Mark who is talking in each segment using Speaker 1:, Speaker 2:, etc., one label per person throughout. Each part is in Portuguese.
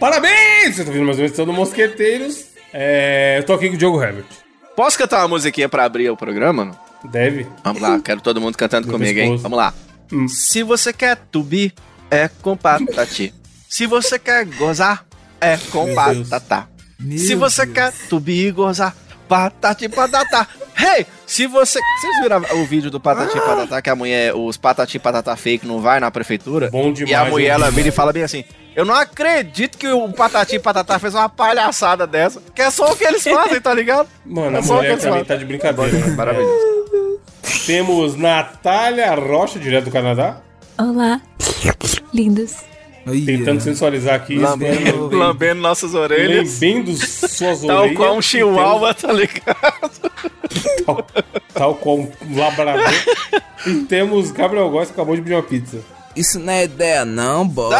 Speaker 1: Parabéns! Vocês estão vindo mais uma edição do Mosqueteiros. É, eu tô aqui com o Diogo Herbert.
Speaker 2: Posso cantar uma musiquinha pra abrir o programa? Não?
Speaker 1: Deve.
Speaker 2: Vamos lá, quero todo mundo cantando
Speaker 1: Meu
Speaker 2: comigo, hein?
Speaker 1: pescoço.
Speaker 2: Vamos lá.
Speaker 1: Hum.
Speaker 2: Se você quer tubi, é com patati. Se você quer gozar, é com
Speaker 1: Meu Deus.
Speaker 2: patatá. Se você quer tubi e gozar, patati patatá. Hey! Se você. Vocês viram a- o vídeo do
Speaker 1: Ah!
Speaker 2: Patati Patatá que a mulher, os Patati Patatá fake não vai na prefeitura?
Speaker 1: Bom demais,
Speaker 2: E a mulher
Speaker 1: hein?
Speaker 2: ela vira e fala bem assim: Eu não acredito que o Patati Patatá fez uma palhaçada dessa. Que é só o que eles fazem, tá ligado?
Speaker 1: Mano,
Speaker 2: É
Speaker 1: a
Speaker 2: só
Speaker 1: mulher
Speaker 2: aqueles
Speaker 1: pra mim
Speaker 2: fatos.
Speaker 1: tá de brincadeira. né?
Speaker 2: Maravilhoso.
Speaker 1: Temos Natália Rocha, direto do Canadá,
Speaker 3: Olá, lindos.
Speaker 1: tentando sensualizar aqui.
Speaker 4: Lambendo.
Speaker 2: Lambendo nossas orelhas.
Speaker 1: Lambendo suas
Speaker 2: Tal
Speaker 1: orelhas.
Speaker 2: qual um
Speaker 1: e
Speaker 2: chihuahua, tá ligado?
Speaker 1: temos- Tal, tal qual um labrador. e temos Gabriel Góes, que acabou de pedir uma pizza.
Speaker 4: Isso não é ideia, não, boy.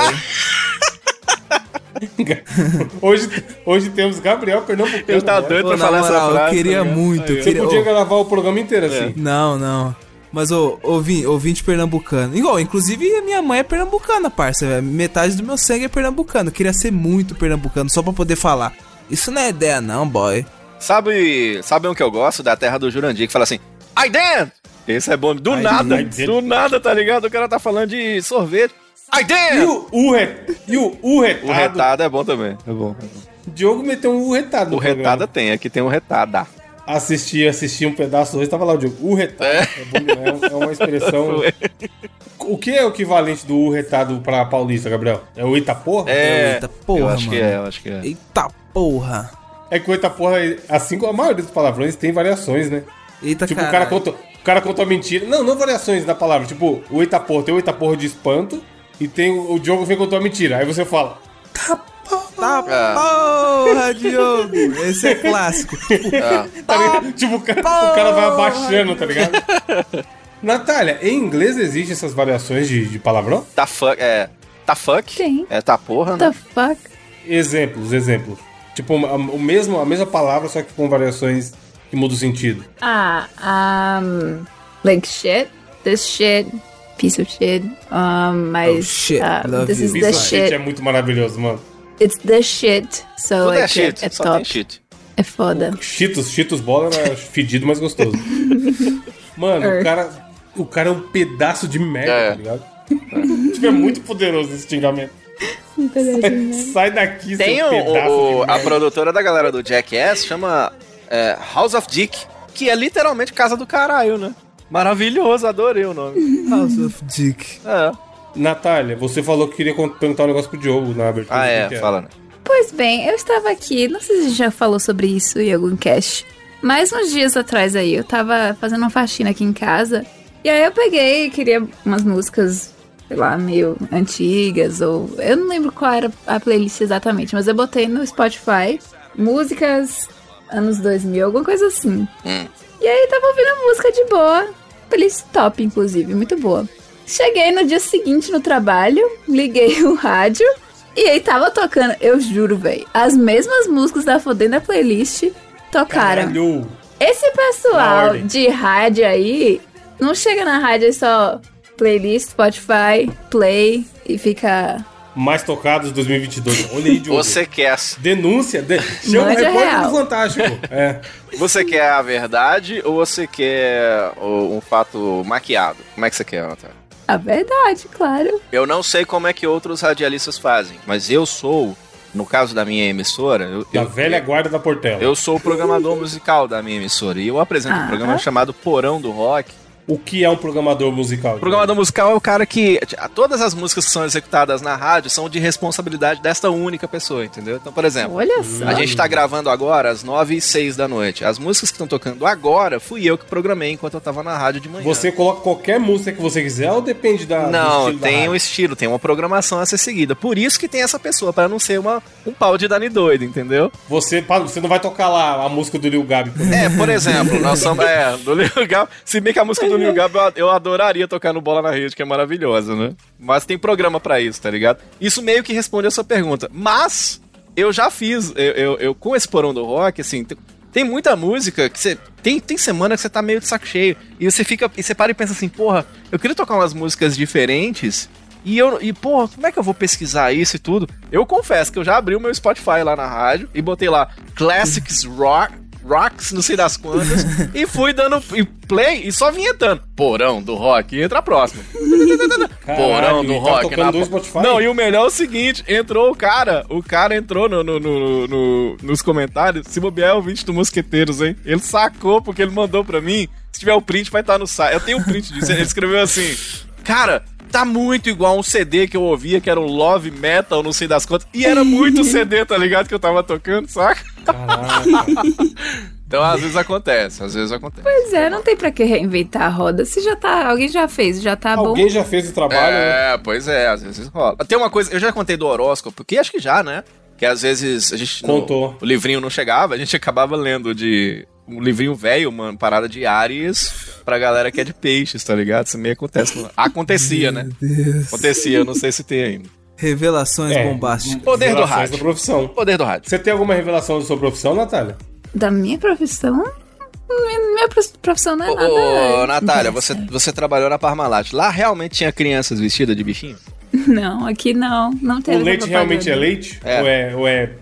Speaker 1: Hoje, hoje temos Gabriel Pernambucano.
Speaker 2: Ele tá
Speaker 1: né?
Speaker 2: doido
Speaker 4: Pô,
Speaker 2: pra
Speaker 4: na
Speaker 2: falar essa
Speaker 4: moral,
Speaker 2: frase.
Speaker 4: eu queria
Speaker 2: tá ligado?
Speaker 4: muito. Eu
Speaker 1: Você
Speaker 4: queria,
Speaker 1: podia
Speaker 4: ô,
Speaker 1: gravar o programa
Speaker 2: É.
Speaker 1: inteiro assim.
Speaker 4: Não, não. Mas, ô, ouvinte, ouvinte pernambucano. Igual, inclusive, a minha mãe é pernambucana, parça. velho. Metade do meu sangue é pernambucano. Eu queria ser muito pernambucano, só pra poder falar. Isso não é ideia, não, boy.
Speaker 2: Sabe, sabe um que eu gosto? Da terra do Jurandir, que fala assim, I dance! Esse é bom. Do
Speaker 4: I
Speaker 2: nada,
Speaker 1: dance.
Speaker 2: do nada, tá ligado? O cara tá falando de sorvete. I
Speaker 1: E
Speaker 2: dance!
Speaker 1: o, o, re- e o, o retado.
Speaker 2: O retado é bom também. É bom.
Speaker 1: Diogo meteu um retado
Speaker 2: O
Speaker 1: no programa.
Speaker 2: retada tem, aqui tem um retada.
Speaker 1: assisti, assisti um pedaço hoje, tava lá o Diogo. O retado. É, bom, é- é uma expressão. o que é o equivalente do u retado pra paulista, Gabriel? É o Itaporra?
Speaker 2: É,
Speaker 4: Eita porra,
Speaker 2: eu acho que
Speaker 4: mano.
Speaker 2: é, eu acho que é.
Speaker 4: Eita porra.
Speaker 1: É que o Itaporra, assim como a maioria dos palavrões, tem variações, né?
Speaker 4: Eita,
Speaker 1: Tipo, o cara
Speaker 4: caralho.
Speaker 1: conta. O cara conta uma mentira. Não, não variações da palavra. Tipo, o eita porra, tem o eita porra de espanto e tem o, o Diogo vem contar uma mentira. Aí você fala.
Speaker 4: Tá porra, Diogo. Esse é clássico.
Speaker 2: Ah,
Speaker 1: tá
Speaker 4: Ah,
Speaker 1: ligado? Tipo, o cara, o cara vai abaixando, tá ligado? Natália, em inglês existem essas variações de, de palavrão?
Speaker 2: Tá fuck, é... Tá fuck?
Speaker 3: Tem.
Speaker 2: É tá porra,
Speaker 3: What the
Speaker 2: né?
Speaker 3: fuck?
Speaker 1: Exemplos, exemplos. Tipo, a, o mesmo, a mesma palavra, só que com variações que mudam o sentido.
Speaker 3: Ah, um, like shit, this shit, piece of shit. Um, mas
Speaker 4: Oh, shit,
Speaker 3: ah,
Speaker 4: love
Speaker 3: this
Speaker 4: you.
Speaker 3: is
Speaker 4: Piece
Speaker 3: the
Speaker 1: Isso shit
Speaker 3: shit.
Speaker 1: é muito maravilhoso, mano.
Speaker 3: It's the shit. So
Speaker 2: Tudo é
Speaker 3: like, é,
Speaker 2: shit,
Speaker 3: é
Speaker 2: só tem
Speaker 3: top,
Speaker 2: shit.
Speaker 3: é foda.
Speaker 1: Cheetos, Cheetos bola era fedido, mas gostoso. Mano, o
Speaker 3: É.
Speaker 1: cara, o cara é um pedaço de merda,
Speaker 2: É.
Speaker 1: tá ligado? Tipo, é muito poderoso esse xingamento. Sai daqui,
Speaker 2: Tem
Speaker 1: seu
Speaker 2: o,
Speaker 1: um pedaço
Speaker 2: o-
Speaker 1: de
Speaker 2: a
Speaker 1: merda.
Speaker 2: produtora da galera do Jackass chama é, House of Dick, que é literalmente casa do caralho, né? Maravilhoso, adorei o nome.
Speaker 4: House of Dick.
Speaker 2: É.
Speaker 1: Natália, você falou que queria con- perguntar um negócio pro Diogo na abertura.
Speaker 2: Ah,
Speaker 1: O que
Speaker 2: é,
Speaker 1: que
Speaker 2: fala. né?
Speaker 3: Pois bem, eu estava aqui, não sei se já falou sobre isso em algum cast, mas uns dias atrás aí, eu tava fazendo uma faxina aqui em casa, e aí eu peguei e queria umas músicas, sei lá, meio antigas, ou... Eu não lembro qual era a playlist exatamente, mas eu botei no Spotify, músicas anos 2000, alguma coisa assim. E aí tava ouvindo a música de boa, playlist top, inclusive, muito boa. Cheguei no dia seguinte no trabalho, liguei o rádio, e aí tava tocando, eu juro, véi, as mesmas músicas da Fodenda Playlist tocaram.
Speaker 1: Caralho!
Speaker 3: Esse
Speaker 1: Na
Speaker 3: pessoal
Speaker 1: ordem.
Speaker 3: de rádio aí não chega na rádio é só playlist, Spotify, play e fica.
Speaker 1: Mais tocados 2022. Olha aí, Diogo.
Speaker 2: Você quer,
Speaker 1: Denúncia. De... Chama o
Speaker 3: Mande a
Speaker 1: repórter do
Speaker 3: é real.
Speaker 1: Fantástico. É.
Speaker 2: você quer a verdade ou você quer o- um fato maquiado? Como é que você quer, Antônio?
Speaker 3: A verdade, claro.
Speaker 2: Eu não sei como é que outros radialistas fazem, mas eu sou, no caso da minha emissora, eu,
Speaker 1: Da
Speaker 2: eu,
Speaker 1: velha guarda da Portela.
Speaker 2: eu sou o programador musical da minha emissora e eu apresento um
Speaker 3: Ah.
Speaker 2: programa chamado Porão do Rock,
Speaker 1: O que é um programador musical?
Speaker 2: O programador musical é o cara que. Todas as músicas que são executadas na rádio são de responsabilidade desta única pessoa, entendeu? Então, por exemplo,
Speaker 3: Olha só.
Speaker 2: a gente tá gravando agora às 9 e 6 da noite. As músicas que estão tocando agora fui eu que programei enquanto eu tava na rádio de manhã.
Speaker 1: Você coloca qualquer música que você quiser ou depende da. do
Speaker 2: Não,
Speaker 1: estilo da
Speaker 2: tem um
Speaker 1: rádio?
Speaker 2: estilo, tem uma programação a ser seguida. Por isso que tem essa pessoa, pra não ser uma, um pau de Dani doido, entendeu?
Speaker 1: Você, pa- você não vai tocar lá a música do Lil Gabi.
Speaker 3: Tá
Speaker 1: por exemplo.
Speaker 2: É, por exemplo, nós somos. É, do Lil Gab. Se bem que a música do Lil Gab eu- eu adoraria tocar no Bola na Rede, que é maravilhosa, né? Mas tem programa pra isso, tá ligado? Isso meio que responde a sua pergunta. Mas eu já fiz, eu, eu, eu- com esse porão do rock, assim, tem, tem muita música que você. Tem, tem semana que você tá meio de saco cheio. E você fica. E você para e pensa assim, porra, eu queria tocar umas músicas diferentes. E eu, e porra, como é que eu vou pesquisar isso e tudo? Eu confesso que eu já abri o meu Spotify lá na rádio e botei lá Classics Rock. Rocks, não sei das quantas, e fui dando e play e só vinhetando. Porão do rock, entra a próxima. Porão do
Speaker 1: ele tá
Speaker 2: rock.
Speaker 1: tocando
Speaker 2: na
Speaker 1: do
Speaker 2: po-
Speaker 1: Spotify?
Speaker 2: Não, e o melhor é o seguinte: entrou o cara, o cara entrou no, no- no- no- nos comentários. Se bobear é o vídeo do Mosqueteiros, hein? Ele sacou porque ele mandou pra mim. Se tiver o print, vai estar no site. Eu tenho o print disso. Ele escreveu assim: Cara. Tá muito igual um CD que eu ouvia, que era o Love Metal, não sei das quantas. E era muito CD, tá ligado? Que eu tava tocando, saca? Então, às vezes acontece, às vezes acontece.
Speaker 3: Pois é, não tem pra que reinventar a roda. Se já tá. Alguém já fez, já tá
Speaker 1: Alguém
Speaker 3: bom.
Speaker 1: já fez o trabalho, né?
Speaker 2: É, pois é, às vezes rola. Tem uma coisa, eu já contei do horóscopo, que acho que já, né? Que às vezes a gente. não-
Speaker 1: Contou.
Speaker 2: o livrinho não chegava, a gente acabava lendo de. Um livrinho velho, mano, parada de Ares pra galera que é de peixes, tá ligado? Isso meio acontece. no- Acontecia, né?
Speaker 4: Deus.
Speaker 2: Acontecia, eu não sei se tem ainda.
Speaker 4: Revelações
Speaker 1: É.
Speaker 4: bombásticas.
Speaker 2: Poder do
Speaker 1: Revelações
Speaker 2: rádio.
Speaker 1: da profissão.
Speaker 2: Poder do rádio.
Speaker 1: Você tem alguma revelação da sua profissão, Natália?
Speaker 3: Da minha profissão? Minha, minha prof- profissão não é
Speaker 2: Ô,
Speaker 3: nada.
Speaker 2: ô, Natália, você,
Speaker 3: interessante.
Speaker 2: você trabalhou na Parmalat. Lá realmente tinha crianças vestidas de bichinho?
Speaker 3: Não, aqui não. Não teve.
Speaker 1: o leite
Speaker 3: essa
Speaker 1: realmente é
Speaker 3: propaganda.
Speaker 1: leite?
Speaker 2: É.
Speaker 1: Ou é, ou é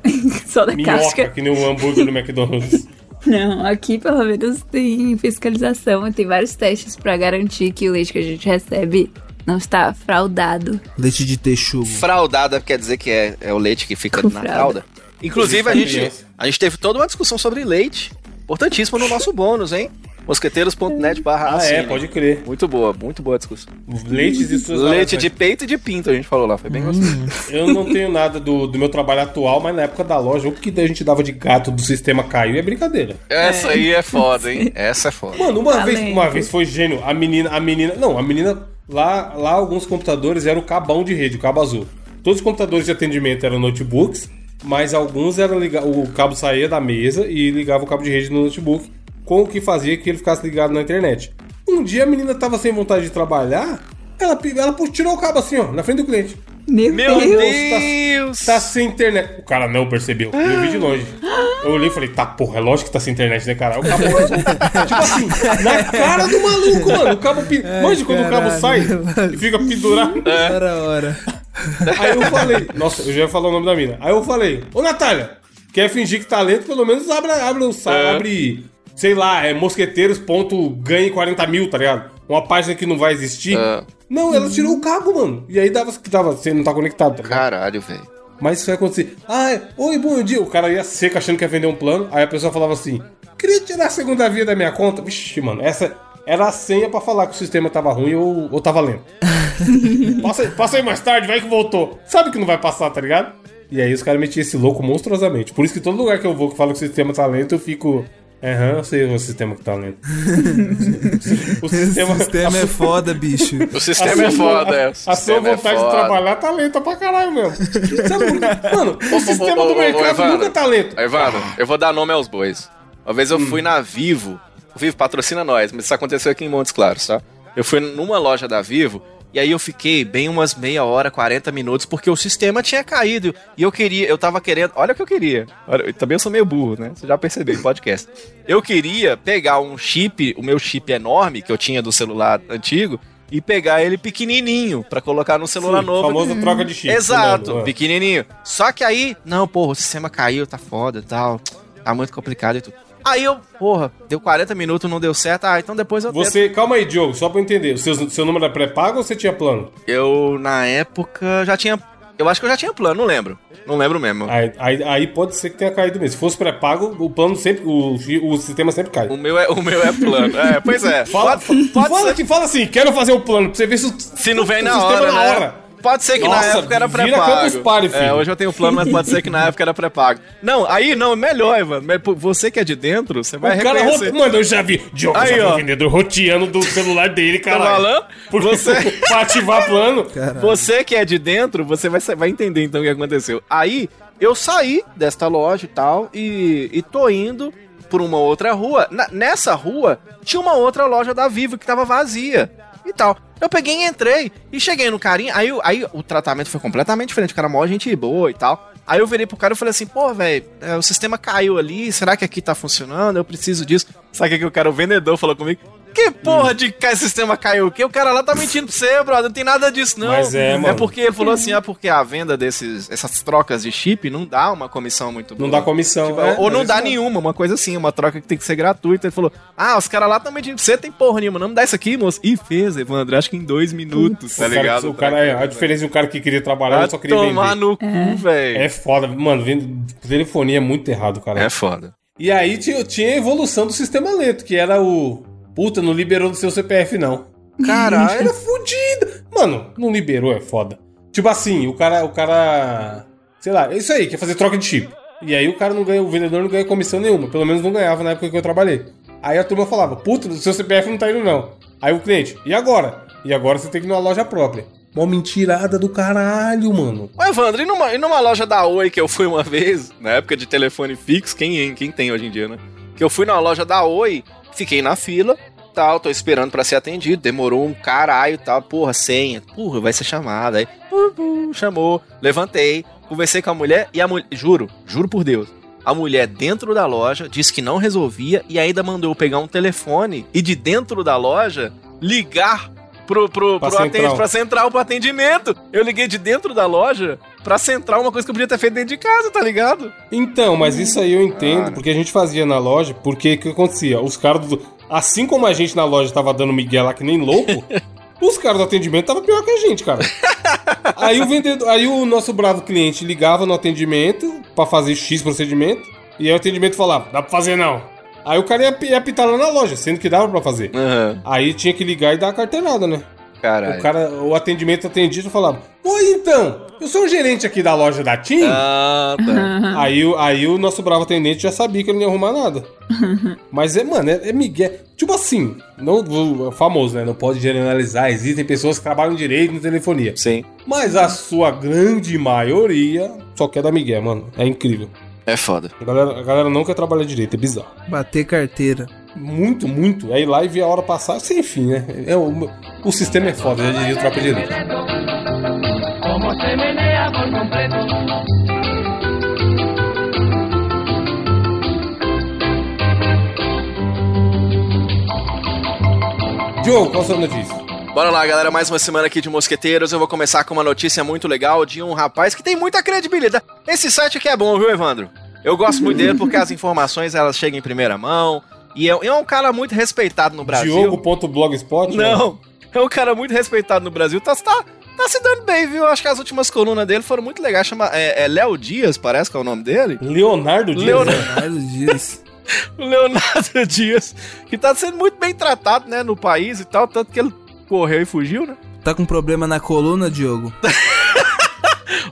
Speaker 3: Só da
Speaker 1: minhoca,
Speaker 3: casca.
Speaker 1: que nem o hambúrguer do McDonald's?
Speaker 3: Não, aqui pelo menos tem fiscalização. Tem vários testes pra garantir que o leite que a gente recebe não está fraudado.
Speaker 4: Leite de texugo.
Speaker 2: Fraudada quer dizer que é, é o leite que fica
Speaker 3: Com
Speaker 2: na
Speaker 3: fralda.
Speaker 2: fralda. Inclusive, a
Speaker 1: Isso,
Speaker 2: gente,
Speaker 1: criança.
Speaker 2: a gente teve toda uma discussão sobre leite. Importantíssimo no nosso bônus, hein? Mosqueteiros.net barra
Speaker 1: Ah, é,
Speaker 2: assine.
Speaker 1: pode crer.
Speaker 2: Muito boa, muito boa a discussão.
Speaker 1: Leites e suas
Speaker 2: Leite
Speaker 1: relações.
Speaker 2: de peito e de pinto, a gente falou lá, foi bem gostoso.
Speaker 1: Eu não tenho nada do, do meu trabalho atual, mas na época da loja, o que a gente dava de gato do sistema caiu é brincadeira.
Speaker 2: Essa aí é foda, hein? Essa é foda.
Speaker 1: Mano, uma
Speaker 3: Tá
Speaker 1: vez,
Speaker 3: lento.
Speaker 1: uma vez foi gênio. A menina, a menina. Não, a menina. Lá, lá alguns computadores eram cabão de rede, o cabo azul. Todos os computadores de atendimento eram notebooks, mas alguns eram ligados. O cabo saía da mesa e ligava o cabo de rede no notebook, com o que fazia que ele ficasse ligado na internet. Um dia a menina tava sem vontade de trabalhar, ela, pe- ela pu- tirou o cabo assim, ó, na frente do cliente.
Speaker 3: Meu,
Speaker 2: Meu
Speaker 3: Deus!
Speaker 2: Deus!
Speaker 1: Tá sem internet. O cara não percebeu. Eu vi de longe. Eu olhei e falei, tá porra, é lógico que tá sem internet, né, cara? O cabo Tipo assim, na cara do maluco, mano. O cabo. Pi... Manja quando o cabo
Speaker 4: caralho,
Speaker 1: sai
Speaker 4: mano.
Speaker 1: e fica pendurado.
Speaker 4: Era a hora.
Speaker 1: Aí eu falei, nossa, eu já ia falar o nome da mina. Aí eu falei, ô Natália, quer fingir que tá lento, pelo menos abre, abre o site, abre, sei lá, é mosqueteiros.ganhe 40 mil, tá ligado? Uma página que não vai existir. Não, ela tirou o cabo, mano. E aí dava que dava, você não tá conectado, tá ligado?
Speaker 2: Caralho, velho.
Speaker 1: Mas isso vai acontecer. Ah, é. oi, bom dia. O cara ia seco achando que ia vender um plano. Aí a pessoa falava assim: queria tirar a segunda via da minha conta. Vixe, mano, essa era a senha pra falar que o sistema tava ruim ou, ou tava lento. passa, aí- passa aí mais tarde, vai que voltou. Sabe que não vai passar, tá ligado? E aí os caras metiam esse louco monstruosamente. Por isso que todo lugar que eu vou que fala que o sistema tá lento, eu fico. Aham, eu sei o sistema que tá lento. o tá
Speaker 4: Esse sistema é foda, bicho.
Speaker 2: O
Speaker 1: a
Speaker 2: sistema é
Speaker 1: sua-
Speaker 2: foda, é.
Speaker 1: a-
Speaker 2: O
Speaker 1: A sua
Speaker 2: sistema é
Speaker 1: vontade de
Speaker 2: foda.
Speaker 1: trabalhar tá lenta pra caralho mesmo. Sabe por quê? Mano,
Speaker 2: Ô, ô,
Speaker 1: o sistema
Speaker 2: ô,
Speaker 1: do
Speaker 2: ô, ô,
Speaker 1: mercado
Speaker 2: Evandro.
Speaker 1: nunca tá lento. Hum.
Speaker 2: Evandro, eu vou dar nome aos bois. Uma vez eu fui na Vivo. Vivo patrocina nós, mas isso aconteceu aqui em Montes Claros, tá? Eu fui numa loja da Vivo e aí eu fiquei bem umas meia hora, 40 minutos, porque o sistema tinha caído. E eu queria, eu tava querendo. Olha o que eu queria. Olha, eu também eu sou meio burro, né? Você já percebeu, podcast. Eu queria pegar um chip, o meu chip enorme que eu tinha do celular antigo, e pegar ele pequenininho pra colocar no celular novo.
Speaker 1: Famosa troca de chip.
Speaker 2: Exato,
Speaker 1: mano, é.
Speaker 2: pequenininho. Só que aí, não, porra, o sistema caiu, tá foda e tal. Tá muito complicado e tudo. Aí eu, porra, deu 40 minutos, não deu certo. Ah, então depois eu tento.
Speaker 1: Você, calma aí, Diogo, só pra eu entender. O seu, seu número era pré-pago ou você tinha plano?
Speaker 2: Eu, na época, já tinha. Eu acho que eu já tinha plano, não lembro. Não lembro mesmo.
Speaker 1: Aí, aí- aí pode ser que tenha caído mesmo. Se fosse pré-pago, o plano sempre. O, o sistema sempre cai.
Speaker 2: O meu é, o meu é plano. É, pois é.
Speaker 1: Fala,
Speaker 2: pode pode
Speaker 1: fala,
Speaker 2: ser.
Speaker 1: que- fala assim, quero fazer um plano pra você ver se o,
Speaker 2: Se não vem
Speaker 1: o
Speaker 2: na
Speaker 1: sistema na
Speaker 2: hora, né?
Speaker 1: hora.
Speaker 2: Pode ser que
Speaker 1: Nossa,
Speaker 2: na época era
Speaker 1: vira Campus
Speaker 2: pré-pago.
Speaker 1: Party,
Speaker 2: É,
Speaker 1: filho.
Speaker 2: hoje eu tenho plano, mas pode ser que na época era pré-pago. Não, aí não, é melhor, Evandro. Mas pô, Você que é de dentro, você vai
Speaker 1: O cara é
Speaker 2: reconhecer.
Speaker 1: rota... Mano, eu já vi. Diogo
Speaker 2: Aí,
Speaker 1: já foi
Speaker 2: ó. Tá
Speaker 1: vendedor roteando do celular dele, caralho.
Speaker 2: falando?
Speaker 1: Por
Speaker 2: Você-
Speaker 1: pra ativar plano.
Speaker 2: Você que é de dentro, você vai, sa- vai entender então o que aconteceu. Aí, eu saí desta loja e tal, e, e tô indo por uma outra rua. Na- nessa rua, tinha uma outra loja da Vivo que tava vazia e tal. Eu peguei e entrei, e cheguei no carinha, aí, o- aí o tratamento foi completamente diferente, o cara é mó gente boa e tal. Aí eu virei pro cara e falei assim, pô, velho, é, o sistema caiu ali, será que aqui tá funcionando? Eu preciso disso. Sabe o que que o cara, o vendedor, falou comigo? Que porra de ca- sistema caiu? Que o cara lá tá mentindo pra você, brother. Não tem nada disso, não.
Speaker 1: Mas é, mano.
Speaker 2: porque ele falou assim, ah, porque a venda desses, essas trocas de chip não dá uma comissão muito boa.
Speaker 1: Não dá comissão.
Speaker 2: Tipo,
Speaker 1: é,
Speaker 2: ou não
Speaker 1: mas
Speaker 2: dá
Speaker 1: isso
Speaker 2: nenhuma, uma coisa assim, uma troca que tem que ser gratuita. Ele falou, ah, os caras lá estão mentindo pra você, tem porra nenhuma. Não me dá isso aqui, moço. E fez, Evandro, acho que em dois minutos, tá
Speaker 1: o cara-
Speaker 2: ligado?
Speaker 1: o cara, é, a diferença de um cara que queria trabalhar,
Speaker 2: Vai
Speaker 1: ele só queria
Speaker 2: tomar
Speaker 1: vender.
Speaker 2: no cu, velho.
Speaker 1: É foda, mano, vendo telefonia é muito errado, cara.
Speaker 2: É foda.
Speaker 1: E aí tinha, tinha a evolução do sistema lento, que era o. Puta, não liberou do seu CPF, não. Caralho, era fudido. Mano, não liberou, é foda. Tipo assim, o cara. O cara. Sei lá, é isso aí, quer fazer troca de chip. E aí o cara não ganha, o vendedor não ganha comissão nenhuma. Pelo menos não ganhava na época que eu trabalhei. Aí a turma falava, puta, do seu CPF não tá indo, não. Aí o cliente, e agora? E agora você tem que ir numa loja própria. Mó mentirada do caralho, mano.
Speaker 2: Ô, Evandro, e numa, e numa loja da Oi que eu fui uma vez, na época de telefone fixo, quem, quem tem hoje em dia, né? Que eu fui na loja da Oi, fiquei na fila, tal, tô esperando pra ser atendido, demorou um caralho, tal, porra, senha, porra, vai ser chamada. Aí, pum, pum, chamou, levantei, conversei com a mulher e a mulher, juro, juro por Deus, a mulher dentro da loja disse que não resolvia e ainda mandou eu pegar um telefone e de dentro da loja ligar pro, pro,
Speaker 1: Pra
Speaker 2: pro atende-
Speaker 1: central.
Speaker 2: pra central pro atendimento. Eu liguei de dentro da loja pra central, uma coisa que eu podia ter feito dentro de casa, tá ligado?
Speaker 1: Então, mas isso aí eu entendo,
Speaker 2: Cara.
Speaker 1: porque a gente fazia na loja, porque o que acontecia? Os caras do. Assim como a gente na loja tava dando Miguel lá que nem louco, os caras do atendimento tava pior que a gente, cara. Aí o vendedor, aí o nosso bravo cliente ligava no atendimento pra fazer X procedimento, e aí o atendimento falava, dá pra fazer não. Aí o cara ia, pi- ia pitar lá na loja, sendo que dava pra fazer.
Speaker 2: Aham,
Speaker 1: Aí tinha que ligar e dar a carteirada, né?
Speaker 2: caralho.
Speaker 1: O cara, o atendimento atendido falava, oi então, eu sou o gerente aqui da loja da TIM.
Speaker 2: Ah, tá.
Speaker 1: Aí, o- aí o nosso bravo atendente já sabia que ele não ia arrumar nada. Mas é, mano, é, é Miguel. Tipo assim, não o- o famoso, né? Não pode generalizar. Existem pessoas que trabalham direito na telefonia.
Speaker 2: Sim.
Speaker 1: Mas a sua grande maioria só quer dar Miguel, mano. É incrível.
Speaker 2: É foda.
Speaker 1: A galera, a galera não quer trabalhar direito, é bizarro.
Speaker 4: Bater carteira.
Speaker 1: Muito, muito. Aí lá e vê a hora passar, sem fim, né? É, o, o sistema é foda, já diria o tropa direito.
Speaker 5: Como se menea por completo.
Speaker 1: Joe, qual a sua notícia?
Speaker 2: Bora lá, galera, mais uma semana aqui de Mosqueteiros. Eu vou começar com uma notícia muito legal de um rapaz que tem muita credibilidade. Esse site aqui é bom, viu, Evandro? Eu gosto muito dele porque as informações elas chegam em primeira mão. E é, é um cara muito respeitado no Brasil.
Speaker 1: Diogo.blogspot?
Speaker 2: Não, é um cara muito respeitado no Brasil. Tá, tá, tá se dando bem, viu? Acho que as últimas colunas dele foram muito legais. Chama, é, é Léo Dias, parece que é o nome dele.
Speaker 1: Leonardo Dias.
Speaker 2: Leonardo-
Speaker 1: né?
Speaker 4: Caralho diz.
Speaker 2: o Leonardo Dias, que tá sendo muito bem tratado, né, no país e tal, tanto que ele correu e fugiu, né?
Speaker 4: Tá com problema na coluna, Diogo?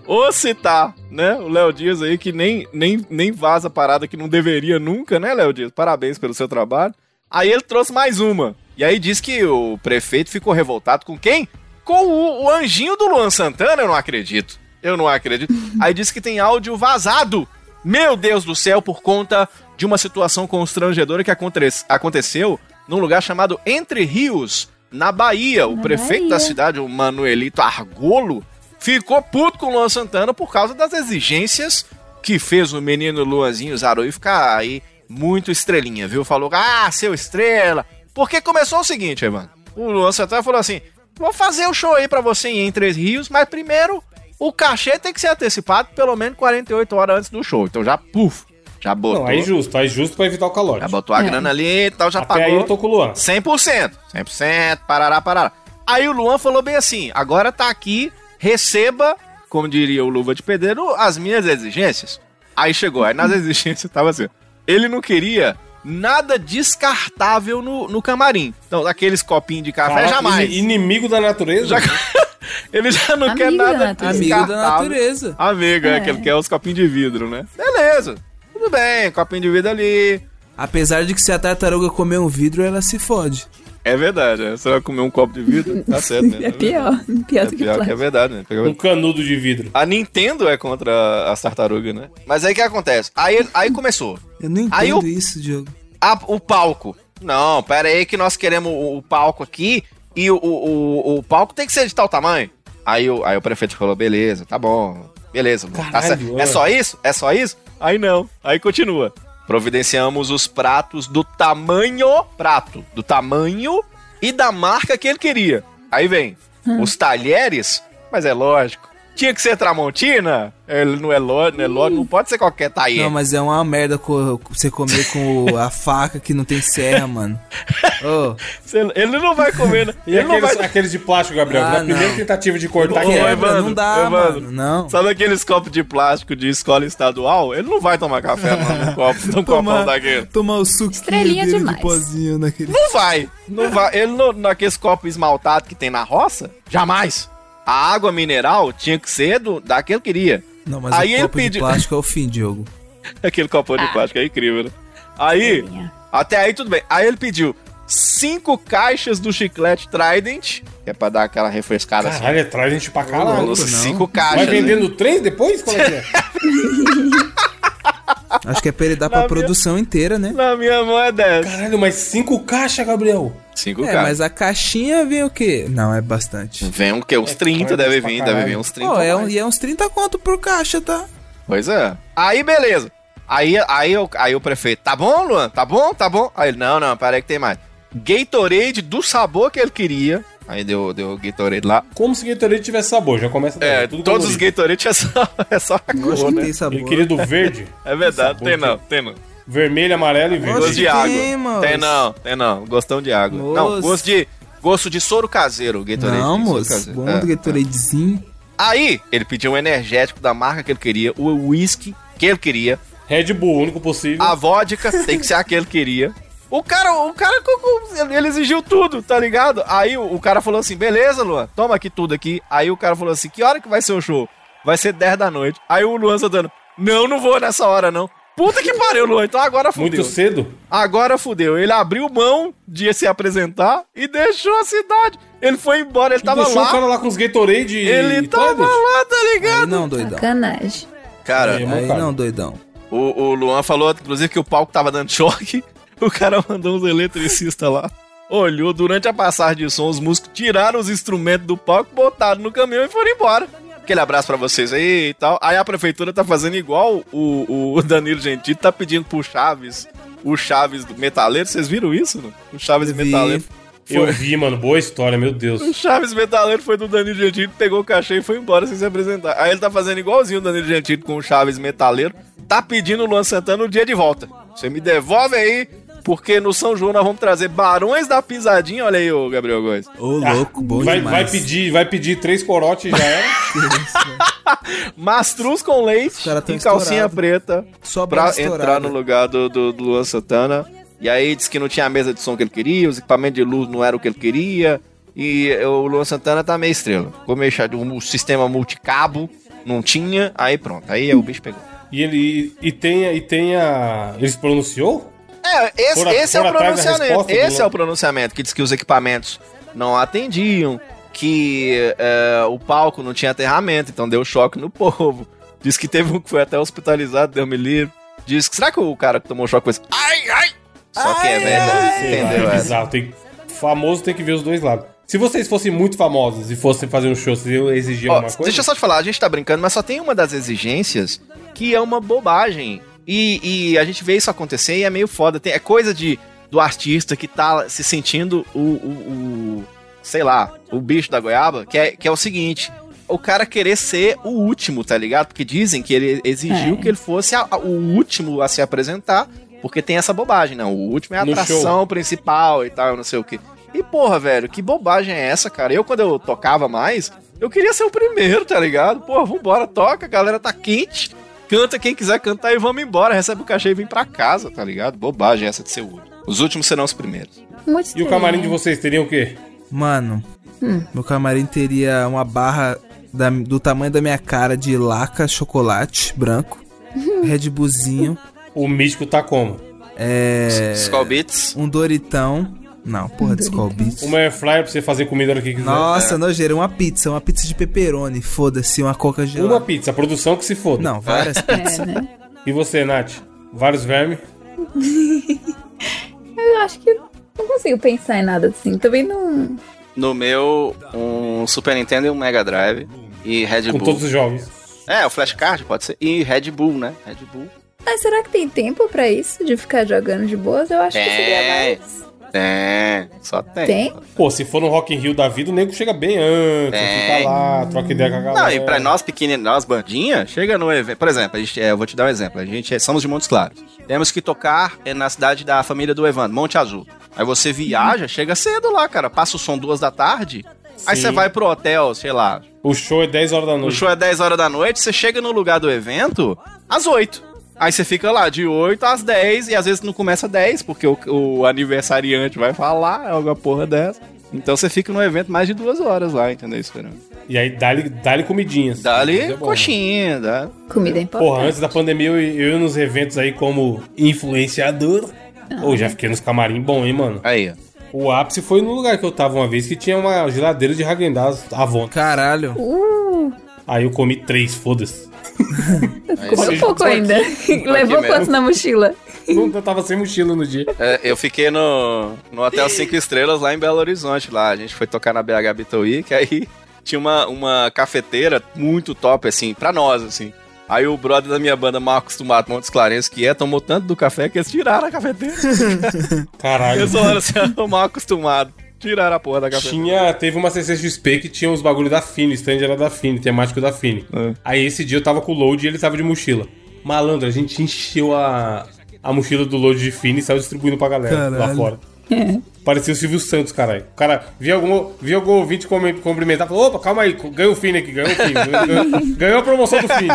Speaker 2: Ou se tá, né? O Léo Dias aí que nem, nem, nem vaza parada que não deveria nunca, né, Léo Dias? Parabéns pelo seu trabalho. Aí ele trouxe mais uma. E aí diz que o prefeito ficou revoltado com quem? Com o, o anjinho do Luan Santana, eu não acredito. Eu não acredito. Aí diz que tem áudio vazado. Meu Deus do céu, por conta de uma situação constrangedora que aconte- aconteceu num lugar chamado Entre Rios, na Bahia. O
Speaker 3: Na
Speaker 2: prefeito da
Speaker 3: Bahia.
Speaker 2: cidade, o Manuelito Argolo, ficou puto com o Luan Santana por causa das exigências que fez o menino Luanzinho Zaroi ficar aí muito estrelinha, viu? Falou, ah, seu estrela. Porque começou o seguinte, Ivan. O Luan Santana falou assim: vou fazer o show aí pra você em Entre Rios, mas primeiro o cachê tem que ser antecipado pelo menos 48 horas antes do show. Então já, puf, já botou.
Speaker 1: Não, aí justo, aí justo pra evitar o calote.
Speaker 2: já botou a
Speaker 3: É.
Speaker 2: grana ali e tal, já
Speaker 1: Até
Speaker 2: pagou.
Speaker 1: aí eu tô com o Luan.
Speaker 2: 100%. 100%, parará, parará. Aí o Luan falou bem assim: agora tá aqui, receba, como diria o Luva de Pedreiro, as minhas exigências. Aí chegou, aí nas exigências tava assim: ele não queria nada descartável no, no camarim. Então, aqueles copinhos de café,
Speaker 1: Caraca,
Speaker 2: jamais.
Speaker 1: ini- Inimigo da natureza?
Speaker 2: Já- ele já não quer
Speaker 3: Amigo da
Speaker 2: nada
Speaker 3: natureza.
Speaker 4: Amigo da
Speaker 2: descartável.
Speaker 4: natureza.
Speaker 2: Amigo, é.
Speaker 3: É.
Speaker 2: que ele quer os copinhos de vidro, né? Beleza, tudo bem, copinho de vidro ali,
Speaker 4: Apesar de que se a tartaruga comer um vidro, ela se fode.
Speaker 2: É verdade, né? Você vai comer um copo de vidro? Tá certo, né?
Speaker 3: É pior. Pior
Speaker 2: É
Speaker 3: do
Speaker 2: pior
Speaker 3: que
Speaker 2: que é
Speaker 3: plástico.
Speaker 2: verdade, né?
Speaker 1: Um canudo de vidro.
Speaker 2: A Nintendo é contra as tartarugas, né? Mas aí o que acontece? Aí, aí começou.
Speaker 4: Eu não
Speaker 2: Aí
Speaker 4: entendo isso, Diogo.
Speaker 2: A- o palco. Não, pera aí que nós queremos o, o palco aqui e o, o, o- o palco tem que ser de tal tamanho. Aí o, aí o prefeito falou, beleza, tá bom. Beleza, Lu, tá
Speaker 1: Caralho,
Speaker 2: certo.
Speaker 1: é.
Speaker 2: É só isso? É só isso? Aí não. Aí continua. Providenciamos os pratos do tamanho prato, do tamanho e da marca que ele queria. Aí vem os talheres, mas é lógico. Tinha que ser Tramontina? Ele não é lógico, não é lógico, não pode ser qualquer talher.
Speaker 4: Não, mas é uma merda co- você comer com o- a faca que não tem serra, mano. Ô,
Speaker 2: Ele não vai comer, né?
Speaker 1: E
Speaker 2: Ele não
Speaker 1: aqueles,
Speaker 2: vai
Speaker 1: aqueles de plástico, Gabriel,
Speaker 4: Ah,
Speaker 1: na
Speaker 4: não.
Speaker 1: primeira tentativa de cortar, é-
Speaker 4: Ô,
Speaker 1: quebra.
Speaker 2: é,
Speaker 4: Evandro, não dá, mano, Tá não.
Speaker 2: Sabe aqueles copos de plástico de escola estadual? Ele não vai tomar café não, num copo, num copão daquele.
Speaker 4: tomar o suquinho
Speaker 3: Estrelinha
Speaker 4: dele
Speaker 3: demais.
Speaker 4: de pozinho naquele...
Speaker 2: Não vai, não vai. Ele não, naqueles copos esmaltados que tem na roça? Jamais. A água mineral tinha que ser do, da que ele queria.
Speaker 4: Não, mas
Speaker 2: Aí
Speaker 4: o
Speaker 2: ele
Speaker 4: copo de
Speaker 2: pediu-
Speaker 4: plástico é o fim, Diogo.
Speaker 2: Aquele copão de
Speaker 3: Ah.
Speaker 2: plástico é incrível, né? Aí, até aí tudo bem. Aí ele pediu cinco caixas do chiclete Trident, que é pra dar aquela refrescada assim.
Speaker 1: Caralho, atrás a gente pra caralho.
Speaker 2: Nossa, cinco caixas.
Speaker 1: Vai
Speaker 2: né?
Speaker 1: vendendo três depois? Qual é que é?
Speaker 4: Acho que é pra ele dar pra
Speaker 2: minha-
Speaker 4: produção inteira, né?
Speaker 2: Na minha mão é 10.
Speaker 1: Caralho, mas cinco caixas, Gabriel.
Speaker 2: Cinco
Speaker 4: É,
Speaker 2: caixas.
Speaker 4: mas a caixinha vem o quê? Não, é bastante.
Speaker 2: Vem o quê? Uns 30
Speaker 1: coisa
Speaker 2: deve
Speaker 1: É pra
Speaker 2: vir,
Speaker 1: caralho.
Speaker 2: deve vir uns 30.
Speaker 4: Ó, é um-
Speaker 2: mais.
Speaker 4: e é uns 30 conto por caixa, tá?
Speaker 2: Pois é. Aí, beleza. Aí, aí, eu- aí o prefeito, tá bom, Luan? Tá bom, tá bom. Aí ele, não, não, peraí que tem mais. Gatorade do sabor que ele queria. Aí deu, deu Gatorade lá.
Speaker 1: Como se Gatorade tivesse sabor, já começa daí,
Speaker 2: É, todos os
Speaker 1: colorido.
Speaker 2: Gatorade é só, é só a
Speaker 4: Eu acho
Speaker 2: cor,
Speaker 4: que
Speaker 2: né?
Speaker 4: tem sabor.
Speaker 1: Ele queria do verde,
Speaker 2: É verdade, tem não, tem não.
Speaker 1: vermelho, amarelo e
Speaker 2: Gosto
Speaker 1: verde.
Speaker 4: Oxe,
Speaker 2: de
Speaker 4: tem,
Speaker 2: água.
Speaker 4: moço.
Speaker 2: Tem não, tem não. Gostão de água. Não,
Speaker 4: Moço.
Speaker 2: gosto de... Gosto de soro caseiro,
Speaker 1: um
Speaker 2: Gatorade.
Speaker 4: Não,
Speaker 2: de soro
Speaker 4: moço.
Speaker 2: caseiro.
Speaker 4: Bom
Speaker 2: É,
Speaker 1: Ah,
Speaker 4: do
Speaker 2: é.
Speaker 4: Gatoradezinho.
Speaker 1: tá.
Speaker 2: Aí, ele pediu um energético da marca que ele queria, o whisky que ele queria,
Speaker 1: Red Bull, o único possível.
Speaker 2: A vodka tem que ser a que ele queria. O cara, o cara, co- co- ele exigiu tudo, tá ligado? Aí o, o cara falou assim, beleza, Luan, toma aqui tudo aqui. Aí o cara falou assim, que hora que vai ser o show? Vai ser 10 da noite. Aí o Luan tá dando, não, não vou nessa hora, não. Puta que pariu, Luan, então agora
Speaker 1: Muito
Speaker 2: fudeu.
Speaker 1: cedo?
Speaker 2: Agora fudeu. Ele abriu mão de se apresentar e deixou a cidade. Ele foi embora, ele
Speaker 1: E
Speaker 2: tava
Speaker 1: deixou o
Speaker 2: lá.
Speaker 1: cara lá com os Gatorade e-
Speaker 2: Ele
Speaker 1: e
Speaker 2: tava
Speaker 1: Trident?
Speaker 2: lá, tá
Speaker 4: Aí
Speaker 2: ligado?
Speaker 4: não, doidão.
Speaker 3: Sacanagem.
Speaker 2: Cara,
Speaker 1: É,
Speaker 4: Aí
Speaker 1: cara.
Speaker 4: não, doidão.
Speaker 2: O, o Luan falou, inclusive, que o palco tava dando choque. O cara mandou uns eletricistas lá. Olhou, durante a passagem de som, os músicos tiraram os instrumentos do palco, botaram no caminhão e foram embora. Aquele abraço pra vocês aí e tal. Aí a prefeitura tá fazendo igual o, o Danilo Gentili tá pedindo pro Chaves, o Chaves do Metaleiro. Vocês viram isso? Não? O Chaves
Speaker 4: Eu vi.
Speaker 2: Metaleiro.
Speaker 1: Eu vi, mano. Boa história, meu Deus.
Speaker 2: O Chaves Metaleiro foi do Danilo Gentili, pegou o cachê e foi embora sem se apresentar. Aí ele tá fazendo igualzinho o Danilo Gentili com o Chaves Metaleiro. Tá pedindo o Luan Santana o dia de volta. Você me devolve aí, porque no São João nós vamos trazer Barões da Pisadinha. Olha aí, ô Gabriel Góes.
Speaker 4: Ô, louco, bom
Speaker 1: Ah, vai, vai
Speaker 4: demais.
Speaker 1: pedir, vai pedir três corotes já era.
Speaker 2: Mastruz com leite
Speaker 4: caras tão
Speaker 2: e calcinha
Speaker 4: estourado.
Speaker 2: preta
Speaker 4: Só bem
Speaker 2: pra
Speaker 4: estourado.
Speaker 2: entrar no lugar do, do, do Luan Santana. E aí disse que não tinha a mesa de som que ele queria, os equipamentos de luz não eram o que ele queria. E o Luan Santana tá meio estrela. Ficou meio chato, o um, sistema multicabo não tinha, aí pronto, aí o bicho pegou.
Speaker 1: E ele. E, e tem, a- e tem a. Ele se pronunciou?
Speaker 2: É, esse,
Speaker 1: Foram-
Speaker 2: esse é o
Speaker 1: foram atrás da
Speaker 2: pronunciamento.
Speaker 1: resposta do
Speaker 2: Esse é
Speaker 1: Luan.
Speaker 2: o pronunciamento que diz que os equipamentos não atendiam, que é, o palco não tinha aterramento, então deu choque no povo. Diz que teve um que foi até hospitalizado, deu me livre. Diz que será que o cara que tomou choque foi assim? Ai, ai! Só que é
Speaker 1: Sei lá,
Speaker 2: velho, entendeu?
Speaker 1: é
Speaker 2: é?
Speaker 1: bizarro. Tem, famoso tem que ver os dois lados. Se vocês fossem muito famosos e fossem fazer um show, vocês iam exigir
Speaker 2: Ó,
Speaker 1: alguma coisa?
Speaker 2: deixa eu só te falar, a gente tá brincando, mas só tem uma das exigências que é uma bobagem. E, e a gente vê isso acontecer e é meio foda. Tem- é coisa de, do artista que tá se sentindo o, o- o- sei lá, o bicho da goiaba, que é, que é o seguinte. O cara querer ser o último, tá ligado? Porque dizem que ele exigiu
Speaker 3: É.
Speaker 2: que ele fosse a- a- o último a se apresentar, porque tem essa bobagem, não. O último é a
Speaker 1: No
Speaker 2: atração
Speaker 1: show.
Speaker 2: principal e tal, não sei o quê. E porra, velho, que bobagem é essa, cara? Eu, quando eu tocava mais, eu queria ser o primeiro, tá ligado? Porra, vambora, toca, a galera tá quente, canta quem quiser cantar e vamos embora, recebe o cachê e vem pra casa, tá ligado? Bobagem essa de ser o último. Os últimos serão os primeiros.
Speaker 1: E
Speaker 3: Muito
Speaker 1: o
Speaker 3: estranho.
Speaker 1: camarim de vocês teria o quê?
Speaker 4: Mano, meu camarim teria uma barra da- do tamanho da minha cara de laca, chocolate branco, Red Bullzinho,
Speaker 1: O místico tá como?
Speaker 4: é,
Speaker 2: Skull Beats.
Speaker 4: um Doritão. Não, porra, de Skull Beats.
Speaker 1: Uma air fryer pra você fazer comida no que quiser.
Speaker 4: Nossa, nojeira, uma pizza, uma pizza de pepperoni, foda-se, uma coca gelada.
Speaker 1: Uma pizza, a produção que se foda.
Speaker 4: Não, várias pizzas.
Speaker 3: É, né?
Speaker 1: E você, Nath? Vários vermes?
Speaker 3: Eu acho que não consigo pensar em nada assim. Também não.
Speaker 6: No meu, um Super Nintendo e um Mega Drive. E Red
Speaker 1: Com
Speaker 6: Bull.
Speaker 1: todos os jogos.
Speaker 6: É, o flashcard pode ser. E Red Bull, né? Red Bull.
Speaker 3: Mas Ah, será que tem tempo pra isso? De ficar jogando de boas? Eu acho que seria
Speaker 2: Tem.
Speaker 3: mais.
Speaker 2: Tem, só tem.
Speaker 3: Tem?
Speaker 1: Pô, se for no Rock in Rio da vida, o nego chega bem antes,
Speaker 2: É.
Speaker 1: fica lá, troca ideia com a galera.
Speaker 2: Não, e pra nós pequeninos, nós bandinha, chega no evento. Por exemplo, a gente, é, eu vou te dar um exemplo. A gente é- somos de Montes Claros. Temos que tocar é, na cidade da família do Evandro, Monte Azul. Aí você viaja, chega cedo lá, cara. Passa o som duas da tarde. Aí
Speaker 1: Sim.
Speaker 2: você vai pro hotel, sei lá.
Speaker 1: O show é 10 horas da
Speaker 2: O
Speaker 1: noite.
Speaker 2: show é 10 horas da noite, você chega no lugar do evento às 8. Aí você fica lá de 8 às 10 e às vezes não começa às 10, porque o, o aniversariante vai falar, é alguma porra dessa. Então você fica no evento mais de duas horas lá, entendeu? Esperando.
Speaker 1: E aí dá-lhe dá coidinhas.
Speaker 2: Dá-lhe
Speaker 1: Isso é bom, né?
Speaker 2: coxinha, dá.
Speaker 3: Comida é importante.
Speaker 1: Porra, antes da pandemia eu, eu ia nos eventos aí como influenciador. Ou já fiquei nos camarim bom, hein, mano.
Speaker 2: Aí, ó.
Speaker 1: O ápice foi no lugar que eu tava uma vez que tinha uma geladeira de Häagen-Dazs à vontade.
Speaker 4: Caralho.
Speaker 3: Uh,
Speaker 1: Aí eu comi três, foda-se.
Speaker 3: comeu
Speaker 1: sim.
Speaker 3: um pouco
Speaker 1: Tô aqui.
Speaker 3: ainda. Levou
Speaker 2: mesmo.
Speaker 3: quanto na mochila?
Speaker 1: Não, eu tava sem mochila no dia.
Speaker 2: É, eu fiquei no, no Hotel 5 Estrelas lá em Belo Horizonte, lá. A gente foi tocar na BH Bitoí, que aí tinha uma, uma cafeteira muito top, assim, pra nós, assim. Aí o brother da minha banda, Marcos Tomato Montes Clarence, que é, tomou tanto do café que eles tiraram a cafeteira.
Speaker 1: Caralho.
Speaker 2: Eu só olho assim, "Ah, mal acostumado. Tiraram a porra da cafeteira.
Speaker 1: Tinha, teve uma CCXP que tinha uns bagulho da Fini, o stand era da Fini, temático da Fini.
Speaker 2: É.
Speaker 1: Aí esse dia eu tava com o Load e ele tava de mochila. Malandro, a gente encheu a, a mochila do Load de Fini e saiu distribuindo pra galera lá
Speaker 4: Caralho.
Speaker 1: fora. Parecia o Silvio Santos, caralho. O cara, vi algum, vi algum ouvinte come- cumprimentar, falou, opa, calma aí, ganhou o Fini aqui, ganhou o Fini. ganhou- ganhou- Ganhou a promoção do Fini.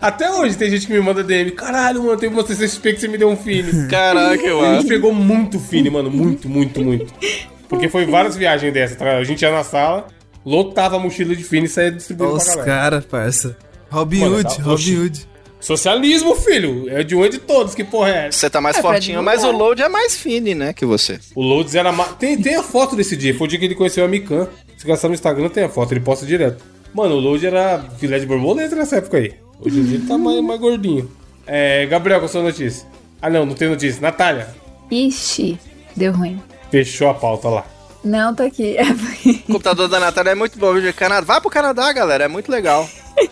Speaker 1: Até hoje tem gente que me manda DM, caralho, mano, teve uma CCXP que você me deu um Fini.
Speaker 2: Caraca, eu
Speaker 1: A
Speaker 2: acho.
Speaker 1: gente pegou muito Fini, mano. Muito, muito, muito. Porque foi várias viagens dessas, tá? A gente ia na sala, lotava a mochila de Fini e saía distribuindo
Speaker 4: Os
Speaker 1: pra galera.
Speaker 4: caras, parça. Robin
Speaker 1: Mano,
Speaker 4: Hood,
Speaker 1: tá-
Speaker 4: Robin
Speaker 1: Oxi.
Speaker 4: Hood.
Speaker 1: Socialismo, filho. É de um é de todos, que porra é essa?
Speaker 2: Você tá mais
Speaker 3: É, pra
Speaker 2: fortinho,
Speaker 3: divulgar.
Speaker 2: mas o load é mais fine, né, que você.
Speaker 1: O Loads era. ma- Tem, tem a foto desse dia. Foi o dia que ele conheceu a Mikan. Se gastar no Instagram, tem a foto, ele posta direto. Mano, o Load era filé de borboleta nessa época aí. Hoje em dia ele tá mais, mais gordinho. É, Gabriel, qual a sua notícia? Ah, não, não tem notícia. Natália,
Speaker 3: Ixi, deu ruim.
Speaker 1: fechou a pauta lá.
Speaker 3: Não, tô aqui. É
Speaker 2: O computador da Natália é muito bom, viu? Canadá. Vai pro Canadá, galera, é muito legal.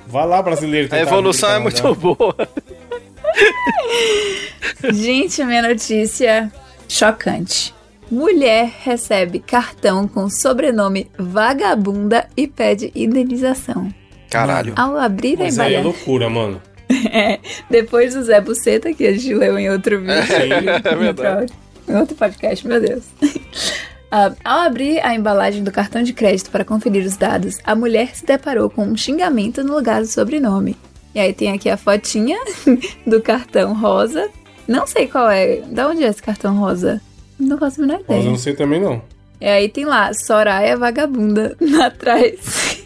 Speaker 1: Vai lá, brasileiro.
Speaker 2: A
Speaker 1: tentar
Speaker 2: evolução é
Speaker 1: abrir o
Speaker 2: muito boa.
Speaker 3: Gente, minha notícia chocante. Mulher recebe cartão com sobrenome vagabunda e pede indenização.
Speaker 2: Caralho.
Speaker 3: Ao abrir a
Speaker 1: Mas aí é
Speaker 3: embalagem,
Speaker 1: loucura, mano.
Speaker 3: depois do Zé Buceta, que a gente leu em outro vídeo,
Speaker 2: É verdade.
Speaker 3: Em outro podcast, meu Deus. Ah, ao abrir a embalagem do cartão de crédito para conferir os dados, a mulher se deparou com um xingamento no lugar do sobrenome. E aí tem aqui a fotinha do cartão rosa. Não sei qual é. Da onde é esse cartão rosa? Não faço a menor
Speaker 1: Mas eu
Speaker 3: ideia.
Speaker 1: não sei também, não.
Speaker 3: E aí tem lá, Soraya Vagabunda, lá atrás.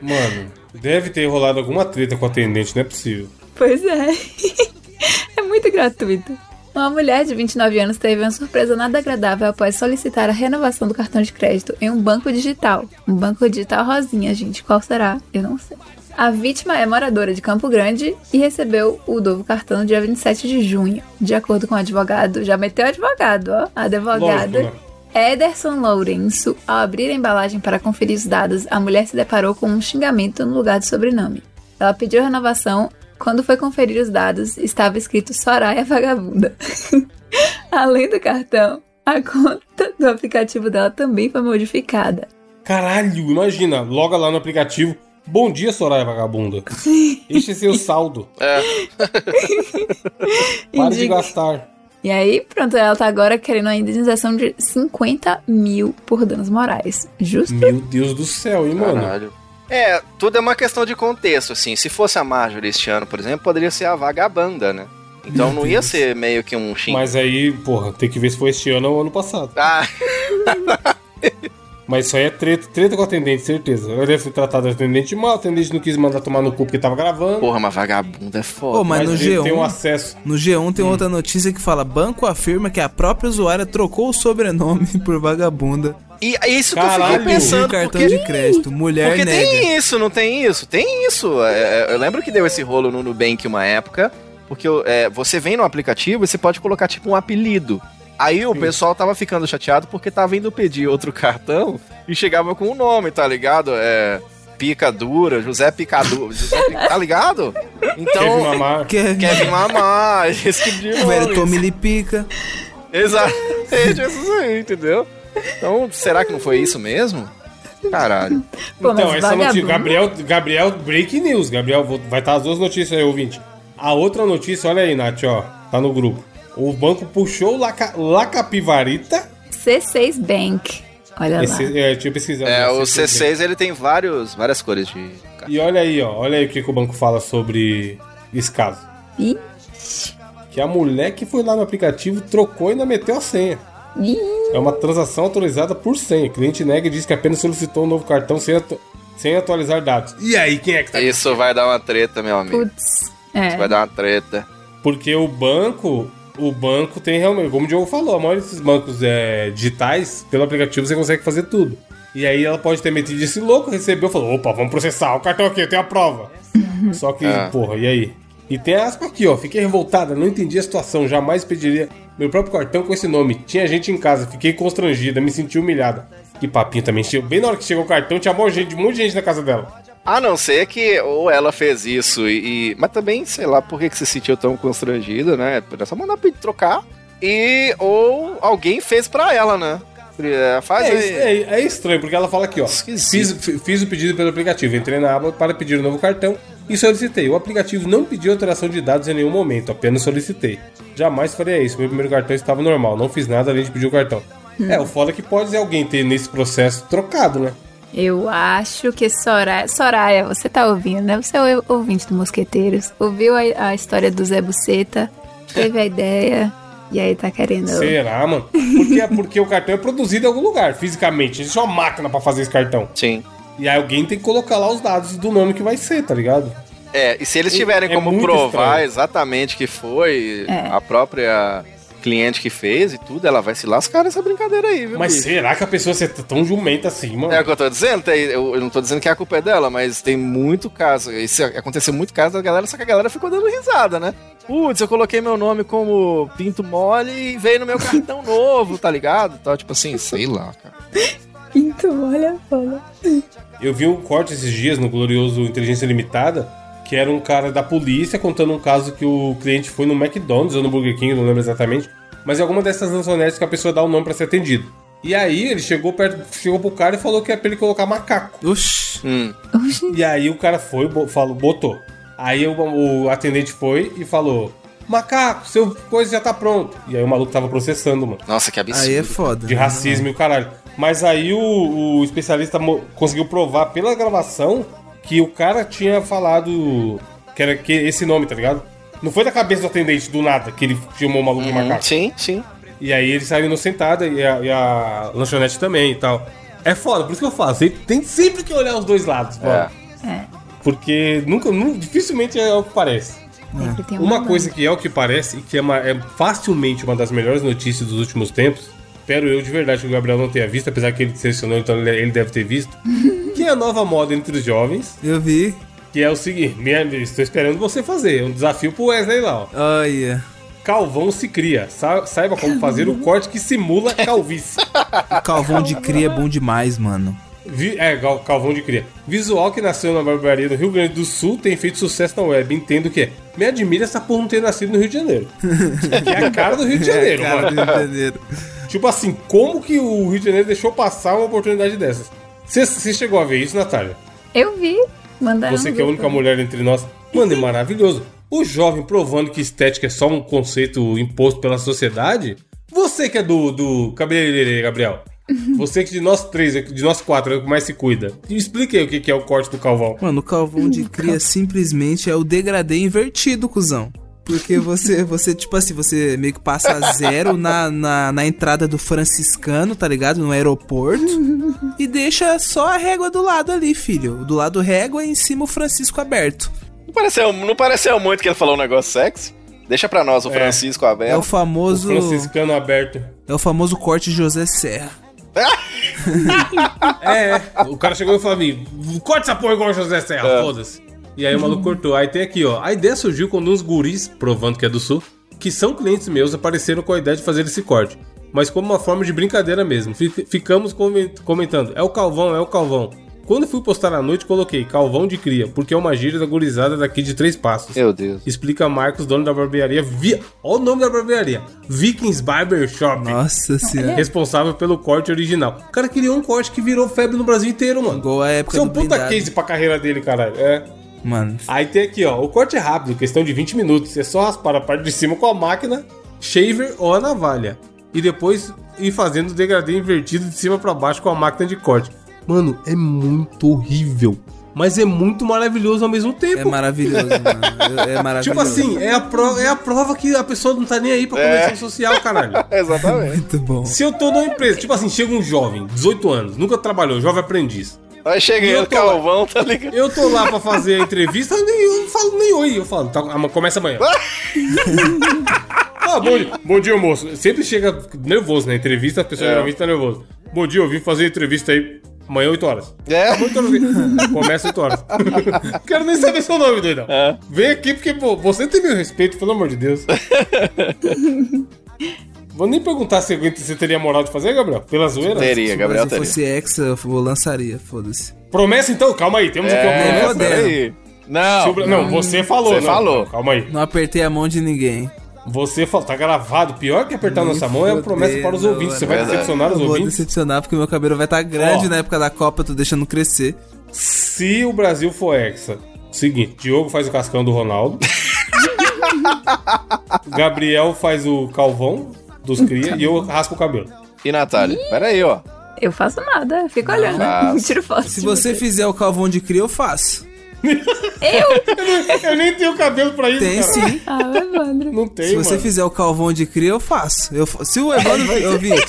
Speaker 1: Mano, deve ter rolado alguma treta com o atendente, não é possível.
Speaker 3: Pois é. é muito gratuito. Uma mulher de 29 anos teve uma surpresa nada agradável após solicitar a renovação do cartão de crédito em um banco digital. Um banco digital rosinha, gente. Qual será? Eu não sei. A vítima é moradora de Campo Grande e recebeu o novo cartão no dia 27 de junho. De acordo com o advogado, já meteu advogado, ó. A advogada.
Speaker 1: Lógico, né?
Speaker 3: Ederson Lourenço, ao abrir a embalagem para conferir os dados, a mulher se deparou com um xingamento no lugar do sobrenome. Ela pediu renovação. Quando foi conferir os dados, estava escrito Soraya Vagabunda. Além do cartão, a conta do aplicativo dela também foi modificada.
Speaker 1: Caralho, imagina, loga lá no aplicativo. Bom dia, Soraya Vagabunda. Este é seu saldo. Pare de
Speaker 3: Indica-
Speaker 1: gastar.
Speaker 3: E aí, pronto, ela tá agora querendo a indenização de 50 mil por danos morais. Justo?
Speaker 1: Meu Deus do céu, hein, mano?
Speaker 2: É, tudo é uma questão de contexto, assim. Se fosse a Marjorie este ano, por exemplo, poderia ser a vagabanda, né? Então não ia ser meio que um xing.
Speaker 1: Mas aí, porra, tem que ver se foi este ano ou ano passado.
Speaker 2: Ah,
Speaker 1: Mas isso aí é treta, treta com o atendente, certeza. Ela deve ter tratado o atendente mal, o atendente não quis mandar tomar no cu porque tava gravando.
Speaker 2: porra, uma vagabunda é foda.
Speaker 4: Pô, mas no
Speaker 1: ele
Speaker 4: G1.
Speaker 1: tem um acesso.
Speaker 4: No G1
Speaker 1: Hum.
Speaker 4: tem outra notícia que fala: Banco afirma que a própria usuária trocou o sobrenome por vagabunda.
Speaker 1: Tá
Speaker 2: E é isso que eu
Speaker 1: Caralho.
Speaker 2: fiquei
Speaker 4: Pediu o
Speaker 2: pensando,
Speaker 4: cartão
Speaker 2: porque,
Speaker 4: de crédito. Mulher
Speaker 2: porque
Speaker 4: nega.
Speaker 2: tem isso, não tem isso? Tem isso. É, é, eu lembro que deu esse rolo no Nubank uma época, porque é, você vem no aplicativo e você pode colocar tipo um apelido. Aí o pessoal tava ficando chateado porque tava indo pedir outro cartão e chegava com o nome, tá um ligado? É, Pica Dura, José Picadura, José Pica, tá ligado?
Speaker 1: Kevin
Speaker 2: Então,
Speaker 1: Mamar.
Speaker 4: Que... é,
Speaker 2: Kevin Mamar, esse tipo de
Speaker 4: Velho,
Speaker 2: nome.
Speaker 4: Tom Milipica.
Speaker 2: Exatamente, essas aí, entendeu? Então, será que não foi isso mesmo? Caralho.
Speaker 3: Pô,
Speaker 1: Então,
Speaker 3: mas
Speaker 1: essa notícia.
Speaker 3: vagabundo.
Speaker 1: Gabriel, Gabriel, break news. Gabriel, vou- vai estar as duas notícias aí, ouvinte. A outra notícia, olha aí, Nath, ó. Tá no grupo. O banco puxou Laca, Lacapivarita.
Speaker 3: C6 Bank. Olha
Speaker 1: Esse,
Speaker 3: lá.
Speaker 1: é, deixa eu pesquisar.
Speaker 2: É, o
Speaker 1: Esse-
Speaker 2: C6 ele tem vários, várias cores de.
Speaker 1: E olha aí, ó. Olha aí o que, que o banco fala sobre esse caso.
Speaker 3: Ih,
Speaker 1: Que a mulher que foi lá no aplicativo trocou e ainda meteu a senha.
Speaker 3: ih,
Speaker 1: É uma transação autorizada por senha. Cliente nega e diz que apenas solicitou um novo cartão sem, atu- sem atualizar dados. E aí, quem é que tá
Speaker 2: Isso vai dar uma treta, meu amigo.
Speaker 3: putz. É.
Speaker 2: Vai dar uma treta.
Speaker 1: Porque o banco, o banco tem realmente, como o Diogo falou, a maioria desses bancos é, digitais, pelo aplicativo você consegue fazer tudo. E aí ela pode ter metido esse louco, recebeu, falou, opa, vamos processar, o cartão aqui, eu tenho a prova. Só que,
Speaker 2: Ah.
Speaker 1: porra, e aí? E tem aspa aqui, ó, fiquei revoltada, não entendi a situação, jamais pediria meu próprio cartão com esse nome. Tinha gente em casa, fiquei constrangida, me senti humilhada. Que papinho também, chegou bem na hora que chegou o cartão, tinha mó gente, um monte de gente na casa dela.
Speaker 2: A não ser que ou ela fez isso e. e- mas também, sei lá, por que que você se sentiu tão constrangida, né? Era só mandar pra ele trocar. E. Ou alguém fez pra ela, né? É, Faz
Speaker 1: É,
Speaker 2: aí.
Speaker 1: isso- é, é estranho, porque ela fala aqui, ó. Fiz,
Speaker 2: Esquisito.
Speaker 1: fi- fiz o pedido pelo aplicativo, entrei na aba para pedir um novo cartão e solicitei. O aplicativo não pediu alteração de dados em nenhum momento, apenas solicitei. Jamais faria isso, meu primeiro cartão estava normal, não fiz nada além de pedir o cartão. É, o foda é que pode alguém ter nesse processo trocado, né?
Speaker 3: Eu acho que Soraya, Soraya, você tá ouvindo, né? Você é o ouvinte do Mosqueteiros. Ouviu a, a história do Zé Buceta, teve a ideia, e aí tá querendo.
Speaker 1: Será, mano? Porque, porque o cartão é produzido em algum lugar, fisicamente. Existe uma máquina para fazer esse cartão.
Speaker 2: Sim.
Speaker 1: E aí alguém tem que colocar lá os dados do nome que vai ser, tá ligado?
Speaker 2: É, e se eles
Speaker 1: É-
Speaker 2: tiverem
Speaker 1: é
Speaker 2: como
Speaker 1: muito
Speaker 2: provar
Speaker 1: estranho.
Speaker 2: exatamente que foi
Speaker 3: É.
Speaker 2: a própria cliente que fez e tudo, ela vai se lascar nessa brincadeira aí, viu?
Speaker 1: Mas
Speaker 2: bicho?
Speaker 1: será que a pessoa é tão jumenta assim, mano?
Speaker 2: É o que eu tô dizendo, tem- eu, eu não tô dizendo que a culpa é dela, mas tem muito caso. Isso aconteceu muito caso da galera, só que a galera ficou dando risada, né? Putz, eu coloquei meu nome como Pinto Mole e veio no meu cartão novo, tá ligado? Então, tipo assim, sei lá, cara.
Speaker 3: Então, olha, olha.
Speaker 1: Eu vi um corte esses dias no glorioso Inteligência Limitada, que era um cara da polícia contando um caso que o cliente foi no McDonald's ou no Burger King, não lembro exatamente, mas em alguma dessas lanchonetes que a pessoa dá o nome pra ser atendido. E aí ele chegou perto, chegou pro cara e falou que é pra ele colocar macaco.
Speaker 4: Oxi.
Speaker 2: Hum,
Speaker 1: E aí o cara foi, bo- falou, botou. Aí o, o atendente foi e falou: "Macaco, seu coisa já tá pronto". E aí o maluco tava processando, mano
Speaker 2: nossa, que absurdo.
Speaker 4: Aí é foda.
Speaker 1: de racismo e o caralho. Mas aí o, o especialista mo- conseguiu provar pela gravação que o cara tinha falado que era que esse nome, tá ligado? Não foi da cabeça do atendente do nada que ele filmou o maluco de
Speaker 2: Hum,
Speaker 1: macaco.
Speaker 2: sim, sim.
Speaker 1: E aí ele saiu inocentado e a, e a lanchonete também e tal. É foda, por isso que eu falo, você tem sempre que olhar os dois lados, mano.
Speaker 3: É.
Speaker 1: Porque nunca, nu- dificilmente é o que parece.
Speaker 3: Sempre tem
Speaker 1: Uma coisa que é o que parece e que é, uma- é facilmente uma das melhores notícias dos últimos tempos, espero eu de verdade que o Gabriel não tenha visto, apesar que ele selecionou, então ele, ele deve ter visto, que é a nova moda entre os jovens,
Speaker 4: Eu vi.
Speaker 1: que é o seguinte, minha- estou esperando você fazer, é um desafio pro Wesley lá, ó.
Speaker 4: Olha.
Speaker 1: Calvão se cria, sa- saiba como fazer o corte que simula calvície.
Speaker 4: O Calvão de cria é bom demais, mano.
Speaker 1: Vi- é, Gal- Calvão de Cria. Visual que nasceu na barbearia do Rio Grande do Sul tem feito sucesso na web. Entendo que é. Me admira essa porra não ter nascido no Rio de Janeiro. que é a cara do Rio de Janeiro, mano.
Speaker 4: Cara do Rio de Janeiro.
Speaker 1: Tipo assim, como que o Rio de Janeiro deixou passar uma oportunidade dessas? Você chegou a ver isso, Natália?
Speaker 3: Eu vi. Mandaram
Speaker 1: Você
Speaker 3: no
Speaker 1: que é a
Speaker 3: grupo.
Speaker 1: única mulher entre nós. Mano, é maravilhoso. O jovem provando que estética é só um conceito imposto pela sociedade. Você que é do, do cabeleireiro, Gabriel. Você que de nós três, de nós quatro, é o que mais se cuida. Me Explica aí o que que é o corte do calvão.
Speaker 4: Mano, o Calvão de cria simplesmente é o degradê invertido, cuzão. Porque você, você, tipo assim, você meio que passa zero na, na, na entrada do franciscano, tá ligado? No aeroporto. E deixa só a régua do lado ali, filho. Do lado régua e em cima o Francisco aberto.
Speaker 2: Não pareceu, não pareceu muito que ele falou um negócio sexy? Deixa pra nós, o Francisco
Speaker 4: É o
Speaker 2: Abel.
Speaker 1: O
Speaker 4: famoso.
Speaker 1: franciscano aberto.
Speaker 4: É o famoso corte José Serra.
Speaker 1: É, é. o cara chegou e falou pra mim: corta essa porra igual o José Serra, foda-se. E aí o maluco cortou. Aí tem aqui, ó. A ideia surgiu quando uns guris, provando que é do sul, que são clientes meus, apareceram com a ideia de fazer esse corte. Mas como uma forma de brincadeira mesmo. Fi- Ficamos conven- comentando: é o Calvão, é o Calvão. Quando fui postar à noite, coloquei Calvão de Cria, porque é uma gíria da gurizada daqui de Três Passos.
Speaker 6: Meu Deus.
Speaker 1: Explica Marcos, dono da barbearia. Vi... Olha o nome da barbearia: Vikings Barber Shop.
Speaker 4: Nossa senhora.
Speaker 1: é Responsável pelo corte original. O cara criou um corte que virou febre no Brasil inteiro, mano.
Speaker 4: Igual a época
Speaker 1: Isso é um
Speaker 4: do
Speaker 1: puta
Speaker 4: blindado.
Speaker 1: case pra carreira dele, caralho. É.
Speaker 4: Mano,
Speaker 1: Aí tem aqui, ó. O corte é rápido, questão de 20 minutos. É só raspar a parte de cima com a máquina, shaver ou a navalha. E depois ir fazendo o degradê invertido de cima pra baixo com a máquina de corte. Mano, é muito horrível. Mas é muito maravilhoso ao mesmo tempo.
Speaker 4: é maravilhoso, mano. É- É maravilhoso.
Speaker 1: Tipo assim, é a, pro- é a prova que a pessoa não tá nem aí pra convenção social, caralho.
Speaker 6: Exatamente.
Speaker 4: Muito bom.
Speaker 1: Se eu tô numa empresa, tipo assim, chega um jovem, 18 anos, nunca trabalhou, jovem aprendiz.
Speaker 6: Aí chega
Speaker 1: E eu
Speaker 6: eu,
Speaker 1: tô lá.
Speaker 6: Calvão, tá ligado?
Speaker 1: Eu tô lá pra fazer a entrevista, eu nem- eu não falo nem oi, eu falo, tá, ama- começa amanhã. ah, bom, dia- bom dia, moço. Sempre chega nervoso na entrevista, a pessoa
Speaker 6: É.
Speaker 1: geralmente tá nervosa. Bom dia, eu vim fazer a entrevista aí amanhã 8 horas.
Speaker 6: É.
Speaker 1: Oito horas. Começa 8 horas. Quero nem saber seu nome, doidão.
Speaker 6: É.
Speaker 1: Vem aqui porque, pô, você tem meu respeito, pelo amor de Deus. Vou nem perguntar se aguenta- se teria moral de fazer, Gabriel. Pela zoeira?
Speaker 6: Teria, Gabriel
Speaker 4: Se eu
Speaker 6: teria.
Speaker 4: fosse Hexa, eu f- eu lançaria, foda-se.
Speaker 1: Promessa então? Calma aí, temos aqui uma
Speaker 6: É,
Speaker 1: promessa.
Speaker 6: peraí. Não.
Speaker 1: Se o Bra- Não, você falou.
Speaker 6: Você
Speaker 1: não.
Speaker 6: falou.
Speaker 1: Calma aí.
Speaker 4: Não apertei a mão de ninguém.
Speaker 1: Você falou. Tá gravado. Pior que apertar nossa mão é uma promessa para os
Speaker 4: fudendo,
Speaker 1: ouvintes. Você
Speaker 4: é
Speaker 1: vai
Speaker 6: verdade.
Speaker 1: decepcionar os
Speaker 4: eu vou
Speaker 1: ouvintes.
Speaker 4: decepcionar porque meu cabelo vai estar grande
Speaker 1: Ó.
Speaker 4: na época da Copa, eu tô deixando crescer.
Speaker 1: Se o Brasil for hexa, seguinte, Diogo faz o cascão do Ronaldo. Gabriel faz o calvão dos cria e eu raspo o cabelo.
Speaker 6: E Natália? Peraí, ó.
Speaker 3: Eu faço nada, fico olhando,
Speaker 6: faz.
Speaker 3: tiro foto.
Speaker 4: Se
Speaker 3: de
Speaker 4: você
Speaker 3: vocês.
Speaker 4: fizer o calvão de cria, eu faço.
Speaker 1: Eu nem tenho cabelo pra isso,
Speaker 4: Tem
Speaker 1: cara.
Speaker 4: sim.
Speaker 3: Ah, Evandro.
Speaker 1: Não tem,
Speaker 4: Se você
Speaker 1: mano.
Speaker 4: fizer o calvão de cria, eu faço. Eu, fa- se o Evandro. eu vi.
Speaker 3: assim.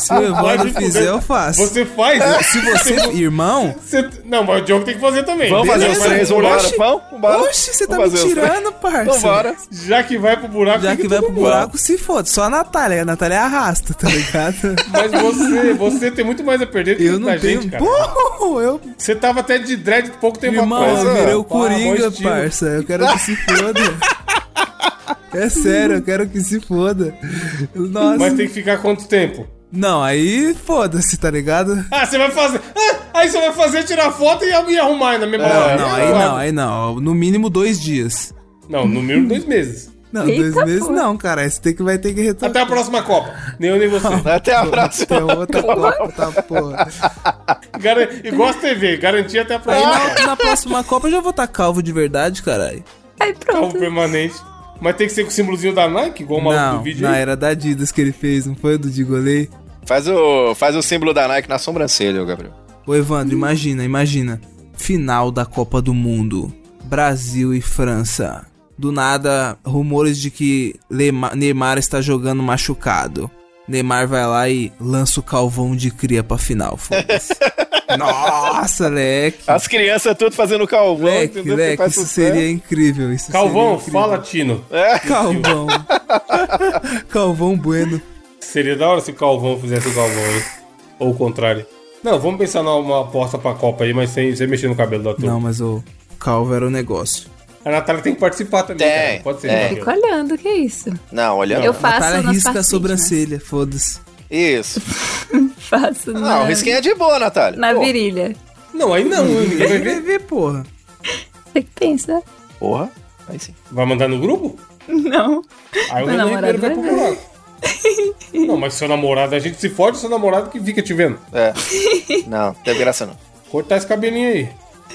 Speaker 4: Se o Evandro
Speaker 1: Pode fuder.
Speaker 4: fizer, É. eu faço.
Speaker 1: Você faz.
Speaker 4: Se você. Irmão.
Speaker 1: Você- Não, mas o Diogo tem que fazer um também.
Speaker 6: Vamos fazer os
Speaker 4: Beleza,
Speaker 6: três,
Speaker 4: oxe.
Speaker 6: vambora. Vamos, vambora.
Speaker 4: Oxe, você tá
Speaker 6: Vamos
Speaker 4: me
Speaker 6: fazer os três.
Speaker 4: tirando, parça.
Speaker 6: Vambora.
Speaker 1: Já que vai pro buraco,
Speaker 4: Já
Speaker 1: tem
Speaker 4: que vai
Speaker 1: todo
Speaker 4: pro
Speaker 1: mundo.
Speaker 4: buraco, se foda. Só a Natália. A Natália arrasta, tá ligado?
Speaker 1: Mas você, você tem muito mais a perder do
Speaker 4: Eu
Speaker 1: que da
Speaker 4: não tenho.
Speaker 1: gente, cara.
Speaker 4: Pô, eu.
Speaker 1: Você tava até de dread pouco tempo
Speaker 4: Irmão,
Speaker 1: atrás. Ah,
Speaker 4: eu virei o
Speaker 1: Pá, bom
Speaker 4: Coringa,
Speaker 1: estilo.
Speaker 4: parça. Eu quero que se foda. É sério, eu quero que se foda. Nossa.
Speaker 1: Mas tem que ficar quanto tempo?
Speaker 4: Não, aí foda-se, tá ligado?
Speaker 1: Ah, você vai fazer. Ah, aí você vai fazer, tirar foto e e arrumar na mesma hora.
Speaker 4: É, Não, aí não, aí não. No mínimo dois dias.
Speaker 1: Não, no mínimo dois meses.
Speaker 4: Não,
Speaker 3: Eita,
Speaker 4: dois meses
Speaker 3: pô.
Speaker 4: não, cara. Esse tem que vai ter que retornar.
Speaker 1: Até a próxima Copa. Nem eu nem você.
Speaker 6: Até a
Speaker 4: Tem
Speaker 6: próxima.
Speaker 4: outra Copa, tá porra.
Speaker 1: Gar... Igual as TV, garantia até a
Speaker 4: Aí
Speaker 1: próxima.
Speaker 4: na, na próxima Copa eu já vou estar calvo de verdade, caralho.
Speaker 3: Aí
Speaker 1: Calvo
Speaker 3: pronto.
Speaker 1: permanente. Mas tem que ser com o símbolozinho da Nike, igual o maluco
Speaker 4: Não,
Speaker 1: do vídeo.
Speaker 4: não,
Speaker 1: aí.
Speaker 4: era da Adidas que ele fez, não foi do Digolei?
Speaker 6: Faz o, faz o símbolo da Nike na sobrancelha, ô Gabriel.
Speaker 4: Ô Evandro, imagina, imagina. Final da Copa do Mundo. Brasil e França. Do nada, rumores de que Lema- Neymar está jogando machucado. Neymar vai lá e lança o calvão de cria pra final, foda-se. Nossa, leque.
Speaker 6: As crianças tudo fazendo calvão,
Speaker 4: Leque,
Speaker 6: entendeu?
Speaker 4: leque,
Speaker 6: Faz
Speaker 4: isso
Speaker 6: sucesso.
Speaker 4: seria incrível. Isso
Speaker 1: Calvão,
Speaker 4: seria incrível.
Speaker 1: fala, Tino.
Speaker 4: Calvão. Calvão Bueno.
Speaker 1: Seria da hora se o Calvão fizesse o Calvão, hein? Ou o contrário. Não, vamos pensar numa aposta pra Copa aí, mas sem, sem mexer no cabelo da turma.
Speaker 4: Não, mas o Calvo era o negócio.
Speaker 1: A Natália tem que participar também,
Speaker 6: Tem,
Speaker 1: cara. Pode ser. né?
Speaker 6: tem.
Speaker 1: Gabriel.
Speaker 3: Fico olhando, que é isso?
Speaker 6: É? Não,
Speaker 2: É,
Speaker 6: olha.
Speaker 3: Eu
Speaker 6: não.
Speaker 3: faço
Speaker 4: Natália
Speaker 3: nas né?
Speaker 4: risca a
Speaker 3: partes
Speaker 4: sobrancelha, foda-se.
Speaker 6: Isso.
Speaker 3: íntimas. Faço
Speaker 6: Não,
Speaker 3: na,
Speaker 6: o risquinho é de boa, Natália.
Speaker 3: na
Speaker 6: Pô,
Speaker 3: virilha.
Speaker 1: Não, aí não, ninguém vai
Speaker 4: Vai
Speaker 1: ver.
Speaker 4: ver, porra.
Speaker 3: Você que pensa?
Speaker 6: Porra. Aí sim.
Speaker 1: Vai mandar no grupo?
Speaker 3: Não.
Speaker 1: Aí o
Speaker 3: Meu
Speaker 1: Renan
Speaker 3: namorado
Speaker 1: Ribeiro vai pro
Speaker 3: vai
Speaker 1: buraco. Não, mas seu namorado, a gente se fode, seu namorado que fica te vendo.
Speaker 6: É. Não, não teve graça não.
Speaker 1: Cortar esse cabelinho aí.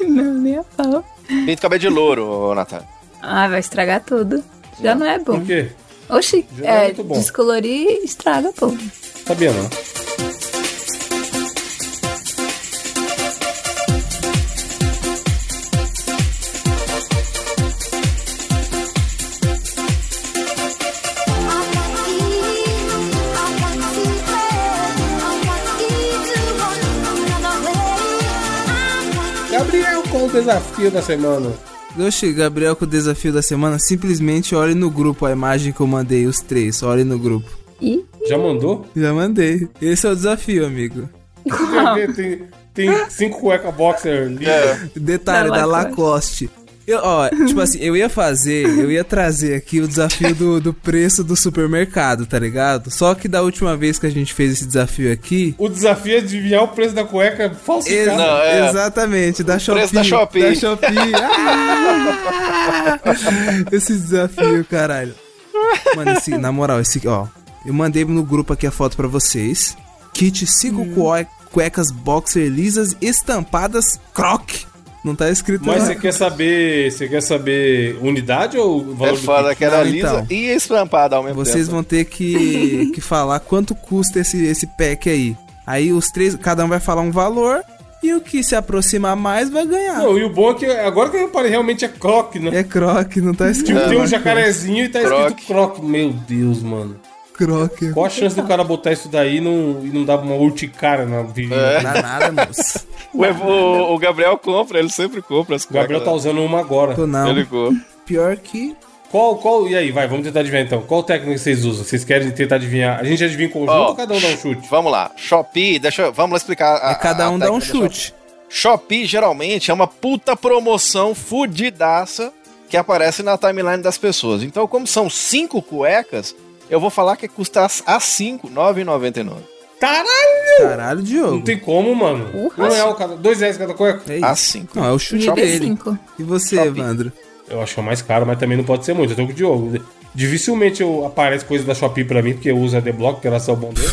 Speaker 3: Não, nem a pau.
Speaker 6: Pinta o cabelo de louro, ô, Natália.
Speaker 3: Ah, vai estragar tudo. Já não é bom.
Speaker 1: Por quê?
Speaker 3: Oxi,
Speaker 1: Já é
Speaker 3: é,
Speaker 1: muito bom.
Speaker 3: descolorir estraga, pô.
Speaker 1: Sabia não. Gabriel, qual o desafio da semana?
Speaker 4: Oxi, Gabriel com o desafio da semana, simplesmente olhe no grupo a imagem que eu mandei, os três, olhe no grupo.
Speaker 3: E
Speaker 1: Já mandou?
Speaker 4: Já mandei. Esse é o desafio, amigo.
Speaker 1: Tem, tem cinco cueca boxer ali.
Speaker 4: Detalhe,
Speaker 6: É.
Speaker 3: Da
Speaker 4: da
Speaker 3: Lacoste.
Speaker 4: Lacoste. Eu, ó, tipo assim, eu ia fazer, eu ia trazer aqui o desafio do, do preço do supermercado, tá ligado? Só que da última vez que a gente fez esse desafio aqui.
Speaker 1: O desafio é adivinhar o preço da cueca falsificada.
Speaker 4: Não, é. Exatamente, da Shopee.
Speaker 2: preço da Shopee.
Speaker 4: Da Shopee. Ah! esse desafio, caralho. Mano, esse, na moral, esse, ó. Eu mandei no grupo aqui a foto pra vocês. Kit 5 cuecas boxer lisas estampadas croc. Não tá escrito
Speaker 1: Mas
Speaker 4: lá.
Speaker 1: você quer saber. Você quer saber unidade ou valor
Speaker 2: É foda
Speaker 1: do
Speaker 2: que era
Speaker 4: Não,
Speaker 2: lisa
Speaker 4: então.
Speaker 2: e estampada
Speaker 1: é
Speaker 2: ao mesmo
Speaker 4: Vocês
Speaker 2: tempo.
Speaker 4: vão ter que, que falar quanto custa esse, esse pack aí. Aí os três, cada um vai falar um valor e o que se aproximar mais vai ganhar.
Speaker 1: Não, e o bom é que agora que eu reparei, realmente é croc, né?
Speaker 4: É croc, não tá escrito.
Speaker 1: Tipo, tem um
Speaker 4: lá,
Speaker 1: jacarezinho e tá
Speaker 2: É, né? Croc.
Speaker 1: escrito croc. Meu Deus, mano.
Speaker 4: Croc. é-
Speaker 1: Qual a chance do cara botar isso daí e não, e não dar uma urticária na virilha?
Speaker 2: É,
Speaker 4: Não
Speaker 3: é?
Speaker 4: dá nada, moço.
Speaker 2: O, Evo- o- o Gabriel compra, ele sempre compra as
Speaker 1: O
Speaker 2: coisas.
Speaker 1: Gabriel tá usando uma
Speaker 4: Tô
Speaker 1: agora.
Speaker 4: não.
Speaker 2: Ele compra.
Speaker 4: Pior que.
Speaker 1: Qual, qual, e aí, vai, vamos tentar adivinhar então. Qual técnica vocês usam? Vocês querem tentar adivinhar? A gente adivinha em conjunto
Speaker 2: Ó,
Speaker 1: ou cada um dá um chute?
Speaker 2: Vamos lá, Shopee, deixa eu, vamos lá explicar.
Speaker 3: Ah,
Speaker 2: a-
Speaker 4: É cada
Speaker 2: a
Speaker 3: tá,
Speaker 4: um dá
Speaker 3: então
Speaker 4: um
Speaker 2: técnica da
Speaker 4: chute.
Speaker 2: Shopee. Shopee geralmente é uma puta promoção fudidaça que aparece na timeline das pessoas. Então, como são cinco cuecas, eu vou falar que custa as- as 5, 9,99.
Speaker 1: Caralho!
Speaker 4: Caralho, Diogo.
Speaker 1: Não tem como, mano.
Speaker 3: Porra.
Speaker 1: Um real cada. Dois reais cada cueca.
Speaker 3: Ah,
Speaker 4: É isso.
Speaker 2: As 5.
Speaker 4: Não, é o chute
Speaker 3: E
Speaker 4: dele.
Speaker 3: cinco.
Speaker 4: E você,
Speaker 2: Shopping.
Speaker 4: Evandro?
Speaker 1: Eu acho que é mais caro, mas também não pode ser muito. Eu tô com o Diogo. Dificilmente eu aparece coisa da Shopee pra mim, porque eu uso a D-Block, graças ao bom Deus.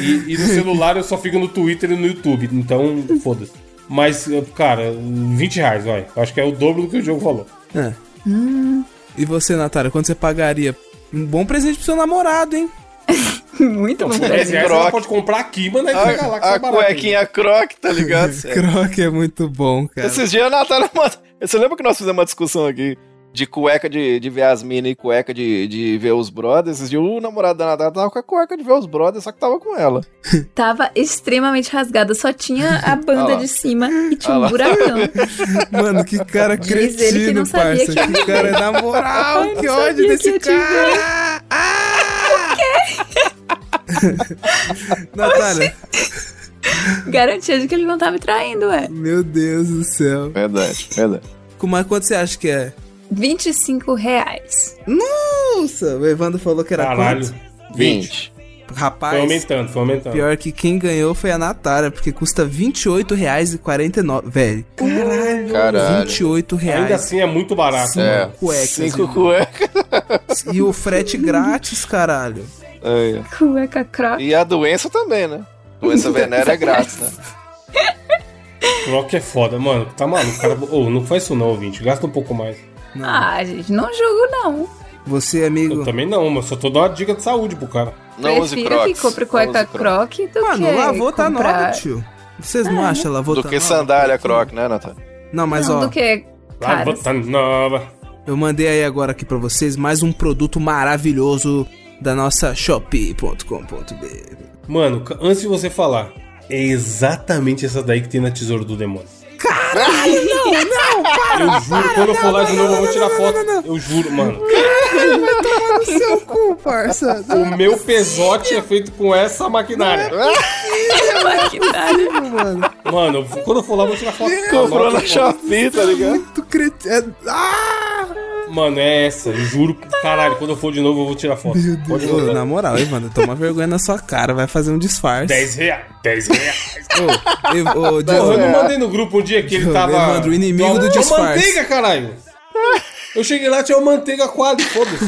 Speaker 1: e, e no celular eu só fico no Twitter e no YouTube. Então, foda-se. Mas, cara, 20 reais, vai. Eu acho que é o dobro do que o Diogo falou.
Speaker 4: É. E você, Natália, quanto você pagaria? Um bom presente pro seu namorado, hein?
Speaker 3: Muito bom.
Speaker 1: 10 reais
Speaker 2: Croc.
Speaker 1: ela pode comprar aqui, mano. Aí fica lá que
Speaker 2: A,
Speaker 1: sai
Speaker 2: a
Speaker 1: barato.
Speaker 2: cuequinha croc, tá ligado?
Speaker 4: Croc é muito bom, cara.
Speaker 2: Esses dias a Natália mandou. Você lembra que nós fizemos uma discussão aqui de cueca de, de ver as minas e cueca de, de ver os brothers? Esses dias o namorado da Natália tava com a cueca de ver os brothers, só que tava com ela.
Speaker 3: Tava extremamente rasgada, só tinha a
Speaker 2: Ah
Speaker 3: banda
Speaker 2: é. lá.
Speaker 3: de cima e tinha
Speaker 2: Ah
Speaker 3: um
Speaker 2: lá.
Speaker 3: buracão.
Speaker 4: Mano, que cara
Speaker 3: Diz ele que não
Speaker 4: cretino,
Speaker 3: sabia
Speaker 4: parça.
Speaker 3: que ia
Speaker 4: Que, cara, na moral,
Speaker 3: Eu não
Speaker 4: que
Speaker 3: sabia
Speaker 4: ódio
Speaker 3: que
Speaker 4: desse
Speaker 3: ia te ver.
Speaker 4: cara. Ah! Natália,
Speaker 3: Garantia de que ele não tá me traindo, ué.
Speaker 4: meu Deus do céu.
Speaker 2: Verdade, verdade.
Speaker 4: Mas quanto você acha que é?
Speaker 3: 25 reais.
Speaker 4: Nossa, o Evandro falou que era
Speaker 1: Caralho.
Speaker 4: quanto?
Speaker 2: 20.
Speaker 1: Foi
Speaker 4: Rapaz,
Speaker 1: aumentando, foi aumentando.
Speaker 4: pior que quem ganhou foi a Natália, porque custa R$28,49, velho. Caralho.
Speaker 2: Caralho.
Speaker 4: R$28,00.
Speaker 1: Ainda assim é muito barato.
Speaker 2: É.
Speaker 1: mano.
Speaker 4: cuecas,
Speaker 2: Cinco
Speaker 4: irmão.
Speaker 2: cuecas.
Speaker 4: E o frete grátis, caralho.
Speaker 2: Aí, ó.
Speaker 3: Cueca croc.
Speaker 2: E a doença também, né? Doença venérea é grátis, né?
Speaker 1: Croc é foda, mano. Tá maluco, cara. Ô, não faz isso não, ouvinte. Gasta um pouco mais.
Speaker 4: Não,
Speaker 3: Ah, gente, não julgo não.
Speaker 4: Você, amigo.
Speaker 1: Eu também não, mas só tô dando uma dica de saúde pro cara.
Speaker 2: Não use
Speaker 3: Prefiro
Speaker 2: crocs.
Speaker 3: que compre
Speaker 2: não
Speaker 3: cueca
Speaker 2: use crocs.
Speaker 3: croc do
Speaker 4: Mano,
Speaker 3: que
Speaker 4: lavou tá nova,
Speaker 3: comprar...
Speaker 4: tio. Vocês não acham lavou
Speaker 2: Do
Speaker 4: tá
Speaker 2: que
Speaker 4: nova?
Speaker 2: sandália croc, né, Natália?
Speaker 4: Não, mas
Speaker 3: não,
Speaker 4: ó,
Speaker 3: do que
Speaker 1: Lá,
Speaker 3: caras.
Speaker 1: bota nova.
Speaker 4: eu mandei aí agora aqui pra vocês mais um produto maravilhoso da nossa shopee.com.br.
Speaker 1: Mano, ca- antes de você falar, é exatamente essa daí que tem na Tesoura do Demônio. Caralho, não, não, para! Eu juro, quando eu for lá de novo, eu vou tirar foto. Eu juro, mano.
Speaker 4: Seu cu, parça.
Speaker 1: O meu pesote é feito com essa maquinária.
Speaker 3: é Maquinário.
Speaker 1: Mano, eu- quando eu for lá, eu vou tirar foto.
Speaker 2: Comprou
Speaker 4: um
Speaker 1: Anota,
Speaker 2: na Shopee, tá ligado?
Speaker 4: Muito cretino. Ah!
Speaker 1: Mano, é essa. Eu juro, caralho, quando eu for de novo, eu vou tirar foto. Pode
Speaker 4: Ô,
Speaker 1: mandar.
Speaker 4: na moral, Evandro, toma vergonha na sua cara, vai fazer um disfarce.
Speaker 1: 10 reais, 10 reais.
Speaker 4: Ô, Ev- ô,
Speaker 1: Pô, eu
Speaker 4: Diogo,
Speaker 1: não mandei no grupo um dia que ele tava.
Speaker 4: Evandro, o inimigo do
Speaker 1: Tinha
Speaker 4: disfarce.
Speaker 1: manteiga, caralho. Eu cheguei lá, tinha uma manteiga quase, foda-se.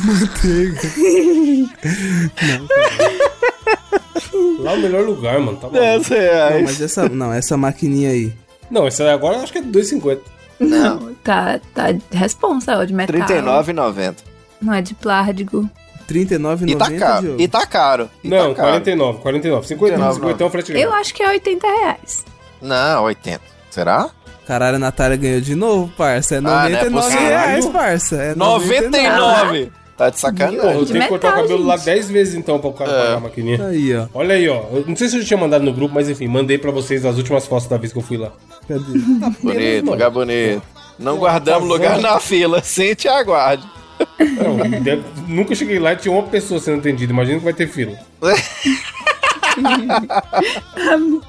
Speaker 1: Lá é o melhor lugar, mano. Tá bom.
Speaker 4: É.
Speaker 2: 10
Speaker 4: Não,
Speaker 2: reais.
Speaker 4: mas essa, não, essa maquininha aí.
Speaker 1: Não, esse agora eu acho que é 2,50.
Speaker 3: Não, tá, tá responsa ó, de metal.
Speaker 2: 39,90.
Speaker 3: Não é de plárdigo.
Speaker 4: R$39,90,
Speaker 2: E tá caro.
Speaker 4: Diogo.
Speaker 2: E tá caro. E
Speaker 1: Não,
Speaker 2: tá caro.
Speaker 1: 49, 49. 50,
Speaker 2: 49.
Speaker 1: 50 é um frete
Speaker 3: Eu
Speaker 1: grande.
Speaker 3: acho que é 80 reais.
Speaker 2: Não, 80. Será?
Speaker 4: Caralho, a Natália ganhou de novo,
Speaker 6: Ah,
Speaker 4: parça. É
Speaker 6: né,
Speaker 2: não é
Speaker 4: 99
Speaker 2: possível.
Speaker 4: reais, parça. É
Speaker 2: 99! Tá de
Speaker 1: Porra, eu
Speaker 2: sacanagem.
Speaker 1: tenho que cortar o
Speaker 3: metal,
Speaker 1: cabelo lá
Speaker 3: gente.
Speaker 1: 10 vezes então pra o cara
Speaker 2: É.
Speaker 1: pagar a maquininha.
Speaker 4: Aí, ó.
Speaker 1: Olha aí, ó. Eu não sei se eu já tinha mandado no grupo, mas enfim, mandei pra vocês as últimas fotos da vez que eu fui lá.
Speaker 4: Cadê?
Speaker 2: Tá Bonito,
Speaker 1: mano.
Speaker 2: lugar bonito. Não
Speaker 4: tá
Speaker 2: guardamos lugar na fila, sente e aguarde.
Speaker 1: Não, deve- nunca cheguei lá e tinha uma pessoa sendo atendida. Imagina que vai ter fila.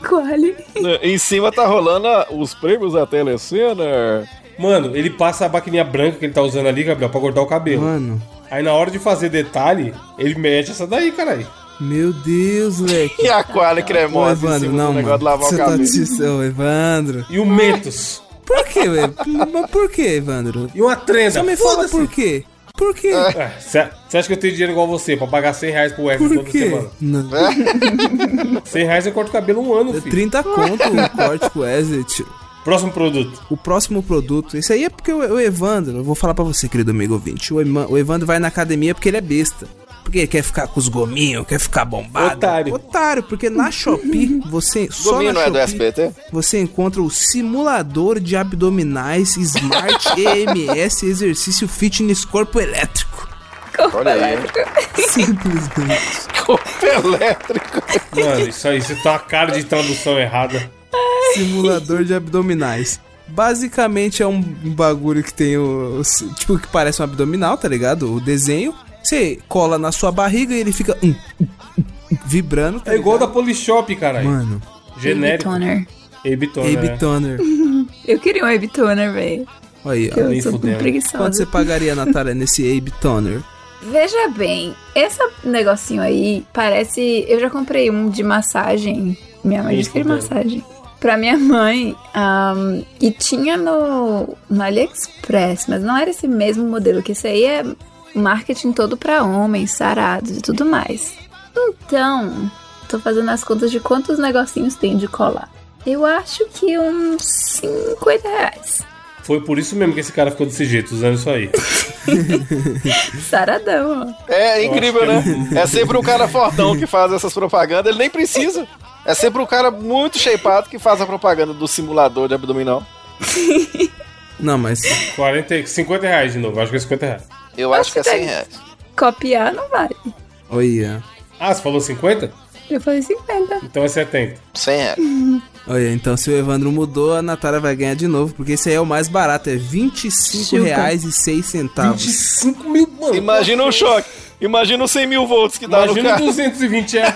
Speaker 3: Qual? é.
Speaker 2: em cima tá rolando a- os prêmios da Telecena.
Speaker 1: Mano, ele passa a maquininha branca que ele tá usando ali, Gabriel, pra cortar o cabelo.
Speaker 4: Mano,
Speaker 1: Aí na hora de fazer detalhe, ele mete essa daí, caralho.
Speaker 4: meu Deus, moleque.
Speaker 6: E a coalha
Speaker 4: Ô,
Speaker 6: cremosa em
Speaker 4: Evandro,
Speaker 6: cima
Speaker 4: não,
Speaker 6: do negócio de
Speaker 4: mano.
Speaker 6: lavar o
Speaker 4: Você tá
Speaker 6: cabelo.
Speaker 4: disso, ô, Evandro.
Speaker 1: E o Mentos.
Speaker 4: Por quê, velho? Mas por quê, Evandro?
Speaker 1: E uma trenda.
Speaker 4: Só me fala
Speaker 1: Foda-se.
Speaker 4: por quê. Por quê?
Speaker 6: É.
Speaker 1: Ah, Você você acha que eu tenho dinheiro igual você pra pagar 100 reais pro Everton
Speaker 4: Por
Speaker 1: toda
Speaker 4: quê?
Speaker 1: semana?
Speaker 4: Não.
Speaker 1: 100 reais eu corto o cabelo um ano, filho.
Speaker 4: 30 conto o corte com o Wesley, tio.
Speaker 1: Próximo produto.
Speaker 4: O próximo produto, isso aí é porque o, o Evandro, eu vou falar pra você, querido amigo ouvinte, o, Ema- o Evandro vai na academia porque ele é besta. Porque ele quer ficar com os gominhos, quer ficar bombado.
Speaker 1: Otário.
Speaker 4: Otário, porque na Shopee, você só
Speaker 6: Gominho
Speaker 4: na
Speaker 6: não é do
Speaker 4: Shopee,
Speaker 6: SBT?
Speaker 4: você encontra o simulador de abdominais Smart EMS Exercício Fitness Corpo Elétrico.
Speaker 6: Olha aí.
Speaker 4: Simplesmente.
Speaker 6: Corpo elétrico.
Speaker 1: Mano, isso aí, você tá uma cara de tradução errada.
Speaker 4: Simulador de abdominais. Basicamente é um bagulho que tem o. o- Tipo, que parece um abdominal, tá ligado? O desenho. Você cola na sua barriga e ele fica. hum, hum, hum, hum, vibrando, tá
Speaker 1: É igual da
Speaker 4: ligado?
Speaker 1: Polishop, caralho.
Speaker 4: Mano,
Speaker 1: Genérico.
Speaker 3: Toner.
Speaker 1: Ebitona.
Speaker 4: Abe
Speaker 1: né?
Speaker 4: Toner.
Speaker 3: Eu queria um Abe Toner, velho.
Speaker 4: Olha aí, ó.
Speaker 3: Eu
Speaker 1: nem
Speaker 3: sou tão
Speaker 1: Tá fudendo.
Speaker 4: Quanto
Speaker 3: preguiçosa.
Speaker 4: você pagaria, Natália, nesse Abe Toner?
Speaker 3: Veja bem, esse negocinho aí parece. Eu já comprei um de massagem. Minha mãe disse que é de
Speaker 1: Isso,
Speaker 3: massagem. Pra minha mãe. ahn, e tinha no, no AliExpress, mas não era esse mesmo modelo, que esse aí é marketing todo pra homens, sarados e tudo mais. Então, tô fazendo as contas de quantos negocinhos tem de colar. Eu acho que uns 50 reais.
Speaker 1: Foi por isso mesmo que esse cara ficou desse jeito, usando isso aí.
Speaker 3: Saradão, ó.
Speaker 6: É incrível,
Speaker 1: Eu acho
Speaker 6: né? É sempre o cara fortão que faz essas propagandas, ele nem precisa. É sempre o cara muito shapeado que faz a propaganda do simulador de abdominal.
Speaker 4: Não, mas.
Speaker 1: 40, e- 50 reais de novo, acho que é 50 reais.
Speaker 6: Eu acho que é 100 reais.
Speaker 3: Copiar não vale.
Speaker 4: Olha.
Speaker 1: Ah, você falou 50?
Speaker 3: Eu falei 50.
Speaker 1: Então é 70.
Speaker 6: 100 reais.
Speaker 4: Olha, então se o Evandro mudou, a Natália vai ganhar de novo, porque esse aí é o mais barato, é R$ 25,06.
Speaker 1: 25 mil, mano.
Speaker 6: é. Imagina o choque. Imagina os 100 mil volts que dá no
Speaker 1: Imagina
Speaker 6: carro.
Speaker 1: 220 reais.